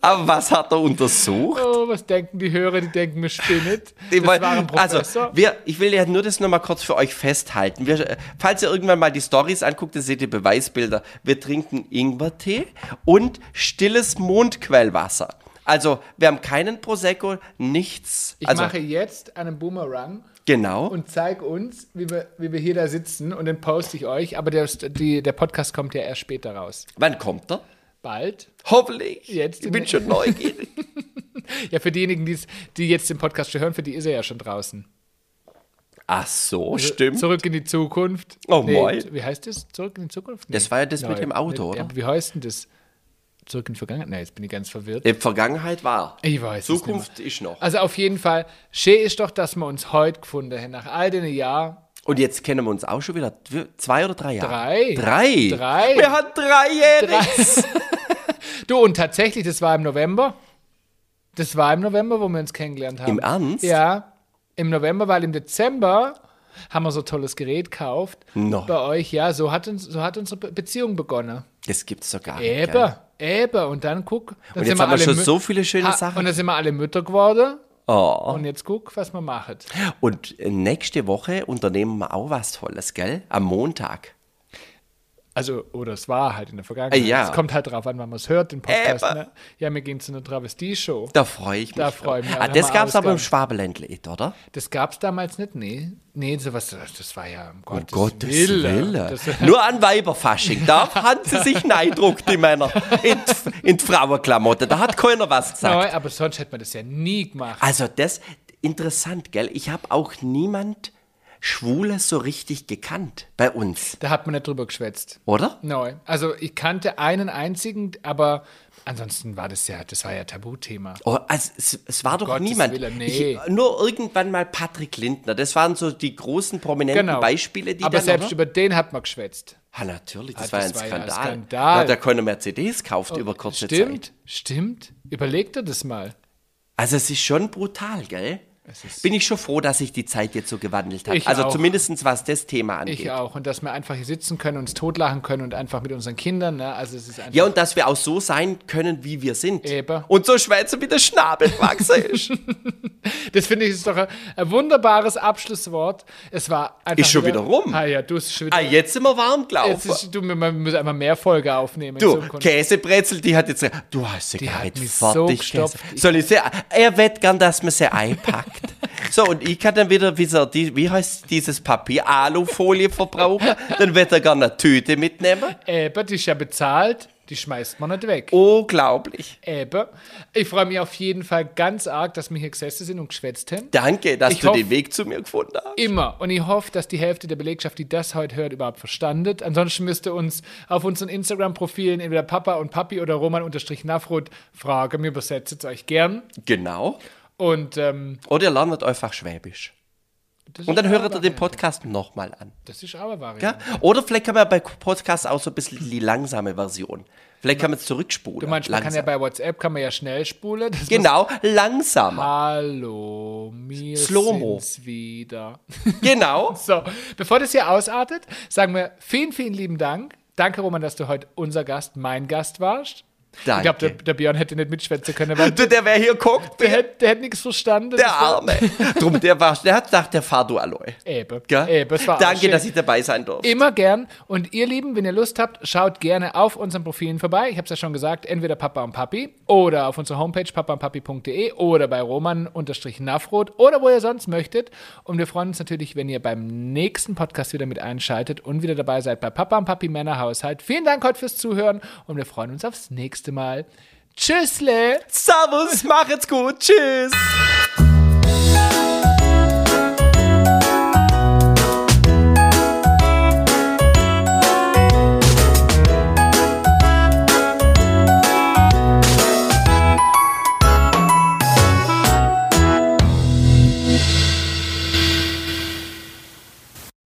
[SPEAKER 2] Aber was hat er untersucht?
[SPEAKER 1] Oh, was denken die Hörer? Die denken, wir spinnen.
[SPEAKER 2] Ich
[SPEAKER 1] Das
[SPEAKER 2] mein-
[SPEAKER 1] war ein Professor.
[SPEAKER 2] Also, wir, ich will ja nur das nochmal kurz für euch festhalten. Wir, äh, falls ihr irgendwann mal die Stories anguckt, dann seht ihr Beweisbilder. Wir trinken Ingwertee und stilles Mondquellwasser. Also, wir haben keinen Prosecco, nichts.
[SPEAKER 1] ich
[SPEAKER 2] also,
[SPEAKER 1] mache jetzt einen Boomerang
[SPEAKER 2] genau.
[SPEAKER 1] und zeige uns, wie wir, wie wir hier da sitzen und den poste ich euch. Aber der, die, der Podcast kommt ja erst später raus.
[SPEAKER 2] Wann kommt er?
[SPEAKER 1] Bald.
[SPEAKER 2] Hoffentlich.
[SPEAKER 1] Jetzt
[SPEAKER 2] ich
[SPEAKER 1] in-
[SPEAKER 2] bin schon neugierig.
[SPEAKER 1] Ja, für diejenigen, die's, die jetzt den Podcast schon hören, für die ist er ja schon draußen.
[SPEAKER 2] Ach so,
[SPEAKER 1] Also,
[SPEAKER 2] stimmt.
[SPEAKER 1] Zurück in die Zukunft.
[SPEAKER 2] Oh, moin.
[SPEAKER 1] Wie heißt das? Zurück in die Zukunft? Nee.
[SPEAKER 2] Das war ja das mit
[SPEAKER 1] Nein.
[SPEAKER 2] dem Auto,
[SPEAKER 1] Ja,
[SPEAKER 2] oder?
[SPEAKER 1] Wie heißt denn das? Zurück in die Vergangenheit? Nein, jetzt bin ich ganz verwirrt.
[SPEAKER 2] Die Vergangenheit war.
[SPEAKER 1] Ich weiß es nicht
[SPEAKER 2] Zukunft ist noch.
[SPEAKER 1] Also auf jeden Fall, schön ist doch, dass wir uns heute gefunden haben. Nach all den Jahren
[SPEAKER 2] Und jetzt kennen wir uns auch schon wieder d- zwei oder drei Jahre.
[SPEAKER 1] Drei.
[SPEAKER 2] Drei.
[SPEAKER 1] Drei.
[SPEAKER 2] Wir haben dreijähriges.
[SPEAKER 1] Du, und tatsächlich, das war im November. Das war im November, wo wir uns kennengelernt haben.
[SPEAKER 2] Im Ernst?
[SPEAKER 1] Ja, im November, weil im Dezember haben wir so ein tolles Gerät gekauft.
[SPEAKER 2] No.
[SPEAKER 1] Bei euch, ja, so hat, uns, so hat unsere Be- Beziehung begonnen.
[SPEAKER 2] Das gibt's doch gar nicht.
[SPEAKER 1] Eben,
[SPEAKER 2] gell?
[SPEAKER 1] eben. Und dann guck. Dann
[SPEAKER 2] Und jetzt haben wir
[SPEAKER 1] alle
[SPEAKER 2] schon
[SPEAKER 1] Mü-
[SPEAKER 2] so viele schöne
[SPEAKER 1] Ha- Und
[SPEAKER 2] Sachen.
[SPEAKER 1] dann sind wir alle Mütter geworden.
[SPEAKER 2] Oh.
[SPEAKER 1] Und jetzt guck, was wir machen.
[SPEAKER 2] Und äh, nächste Woche unternehmen wir auch was Tolles, gell? Am Montag.
[SPEAKER 1] Also, oder es war halt in der Vergangenheit.
[SPEAKER 2] Äh, ja.
[SPEAKER 1] Es kommt halt drauf an, wann man es hört, den Podcast.
[SPEAKER 2] Eben.
[SPEAKER 1] Ne? Ja, wir gehen zu einer Travestie-Show.
[SPEAKER 2] Da freue ich mich.
[SPEAKER 1] Da freu ich mich auch.
[SPEAKER 2] Ah,
[SPEAKER 1] Da
[SPEAKER 2] das
[SPEAKER 1] haben wir Um
[SPEAKER 2] gab's aber im
[SPEAKER 1] Ausgang.
[SPEAKER 2] Schwabeländle, oder?
[SPEAKER 1] Das gab es damals nicht, nee. Nee, sowas, das das war ja, um Gottes,
[SPEAKER 2] Gottes
[SPEAKER 1] Willen.
[SPEAKER 2] Wille.
[SPEAKER 1] Das,
[SPEAKER 2] Nur an Weiberfasching. Da haben sie sich neidruckt, die Männer. In, die- in die Frauenklamotten. Da hat keiner was gesagt.
[SPEAKER 1] neu, aber sonst hätte man das ja nie gemacht.
[SPEAKER 2] Also das interessant, gell? Ich habe auch niemand Schwules so richtig gekannt bei uns,
[SPEAKER 1] Da hat man nicht drüber geschwätzt.
[SPEAKER 2] oder?
[SPEAKER 1] Neu. Also ich kannte einen einzigen, aber ansonsten war das ja, das war ja Tabuthema.
[SPEAKER 2] Oh, also es, es war doch
[SPEAKER 1] Gottes
[SPEAKER 2] niemand.
[SPEAKER 1] Willen, nee.
[SPEAKER 2] ich, nur irgendwann mal Patrick Lindner. Das waren so die großen prominenten
[SPEAKER 1] Genau.
[SPEAKER 2] Beispiele, die
[SPEAKER 1] aber
[SPEAKER 2] dann,
[SPEAKER 1] selbst
[SPEAKER 2] oder?
[SPEAKER 1] über den hat man geschwätzt.
[SPEAKER 2] Ah, natürlich, das
[SPEAKER 1] Ah,
[SPEAKER 2] war
[SPEAKER 1] das
[SPEAKER 2] ein
[SPEAKER 1] war ja ein
[SPEAKER 2] Skandal.
[SPEAKER 1] Skandal. Oh,
[SPEAKER 2] Da hat er keine Mercedes gekauft über kurze
[SPEAKER 1] stimmt,
[SPEAKER 2] Zeit.
[SPEAKER 1] stimmt. Überleg dir das mal.
[SPEAKER 2] Also es ist schon brutal, gell?
[SPEAKER 1] ist-
[SPEAKER 2] Bin ich schon froh, dass sich die Zeit jetzt so gewandelt hat.
[SPEAKER 1] Ich
[SPEAKER 2] also
[SPEAKER 1] auch.
[SPEAKER 2] zumindestens was das Thema angeht.
[SPEAKER 1] Ich auch. Und dass wir einfach hier sitzen können, uns totlachen können und einfach mit unseren Kindern, ne? Also es ist einfach.
[SPEAKER 2] Ja, und dass wir auch so sein können, wie wir sind.
[SPEAKER 1] Eben.
[SPEAKER 2] Und so schwätzen, wie der Schnabel gewachsen ist.
[SPEAKER 1] Das finde ich ist doch ein, ein wunderbares Abschlusswort. Es war einfach
[SPEAKER 2] Ist schon wieder rum.
[SPEAKER 1] Ah ja, du es ist schon wieder.
[SPEAKER 2] ah, jetzt sind wir warm
[SPEAKER 1] Jetzt
[SPEAKER 2] gelaufen.
[SPEAKER 1] ist, du, wir wir müssen einmal mehr Folge aufnehmen. in
[SPEAKER 2] Du,
[SPEAKER 1] Zukunft.
[SPEAKER 2] Käsebrezel, die hat jetzt gesagt, du hast sie
[SPEAKER 1] hat
[SPEAKER 2] gar nicht
[SPEAKER 1] mich so
[SPEAKER 2] fertig
[SPEAKER 1] gestopft.
[SPEAKER 2] gegessen. Soll ich sie, er wett gern, dass man sie einpackt. So, und ich kann dann wieder, wie, so, die, wie heißt dieses Papier, Alufolie verbrauchen, dann wird er gerne eine Tüte mitnehmen.
[SPEAKER 1] Eben, die ist ja bezahlt. Die schmeißt man nicht
[SPEAKER 2] Oh.
[SPEAKER 1] weg.
[SPEAKER 2] Unglaublich.
[SPEAKER 1] Eben. Ich freue mich auf jeden Fall ganz arg, dass wir hier gesessen sind und geschwätzt haben.
[SPEAKER 2] Danke, dass
[SPEAKER 1] Ich
[SPEAKER 2] du
[SPEAKER 1] hoff-
[SPEAKER 2] den Weg zu mir gefunden hast.
[SPEAKER 1] Immer. Und ich hoffe, dass die Hälfte der Belegschaft, die das heute hört, überhaupt verstandet. Ansonsten müsste uns auf unseren Instagram-Profilen entweder Papa und Papi oder Roman-Nafrut fragen. Wir übersetzen es euch gern.
[SPEAKER 2] Genau.
[SPEAKER 1] Und ähm,
[SPEAKER 2] Oder ihr lernt einfach Schwäbisch.
[SPEAKER 1] das
[SPEAKER 2] Und dann
[SPEAKER 1] ist
[SPEAKER 2] hört
[SPEAKER 1] aber
[SPEAKER 2] ihr den
[SPEAKER 1] Variante.
[SPEAKER 2] Podcast nochmal an.
[SPEAKER 1] Das ist aber Variante.
[SPEAKER 2] Ja? Oder vielleicht kann man bei Podcasts auch so ein bisschen die langsame Version. Vielleicht kann man es zurückspulen.
[SPEAKER 1] Du meinst, man kann ja
[SPEAKER 2] Langsam.
[SPEAKER 1] bei WhatsApp kann man ja schnell spulen. Das muss-
[SPEAKER 2] Genau, langsamer.
[SPEAKER 1] Hallo, mir
[SPEAKER 2] Slow-mo.
[SPEAKER 1] sind's wieder.
[SPEAKER 2] Genau.
[SPEAKER 1] So, bevor das hier ausartet, sagen wir vielen, vielen lieben Dank. Danke, Roman, dass du heute unser Gast, mein Gast warst. Ich
[SPEAKER 2] Danke.
[SPEAKER 1] glaube, der, der Björn hätte nicht mitschwätzen können, weil
[SPEAKER 2] Du, der, wer hier guckt,
[SPEAKER 1] der
[SPEAKER 2] der,
[SPEAKER 1] hätte, der hätte nichts verstanden.
[SPEAKER 2] der Arme. Drum, der, war, der hat gedacht, der fahr du Aloy.
[SPEAKER 1] Eben.
[SPEAKER 2] Gell?
[SPEAKER 1] Eben, es war auch
[SPEAKER 2] Danke,
[SPEAKER 1] schön.
[SPEAKER 2] dass ich dabei sein durfte.
[SPEAKER 1] Immer gern. Und ihr Lieben, wenn ihr Lust habt, schaut gerne auf unseren Profilen vorbei. Ich habe es ja schon gesagt, entweder Papa und Papi oder auf unserer Homepage papaundpapi.de oder bei roman-nafroth oder wo ihr sonst möchtet. Und wir freuen uns natürlich, wenn ihr beim nächsten Podcast wieder mit einschaltet und wieder dabei seid bei Papa und Papi Männerhaushalt. Vielen Dank heute fürs Zuhören und wir freuen uns aufs nächste Mal. Tschüssle!
[SPEAKER 2] Servus, macht's gut. Tschüss.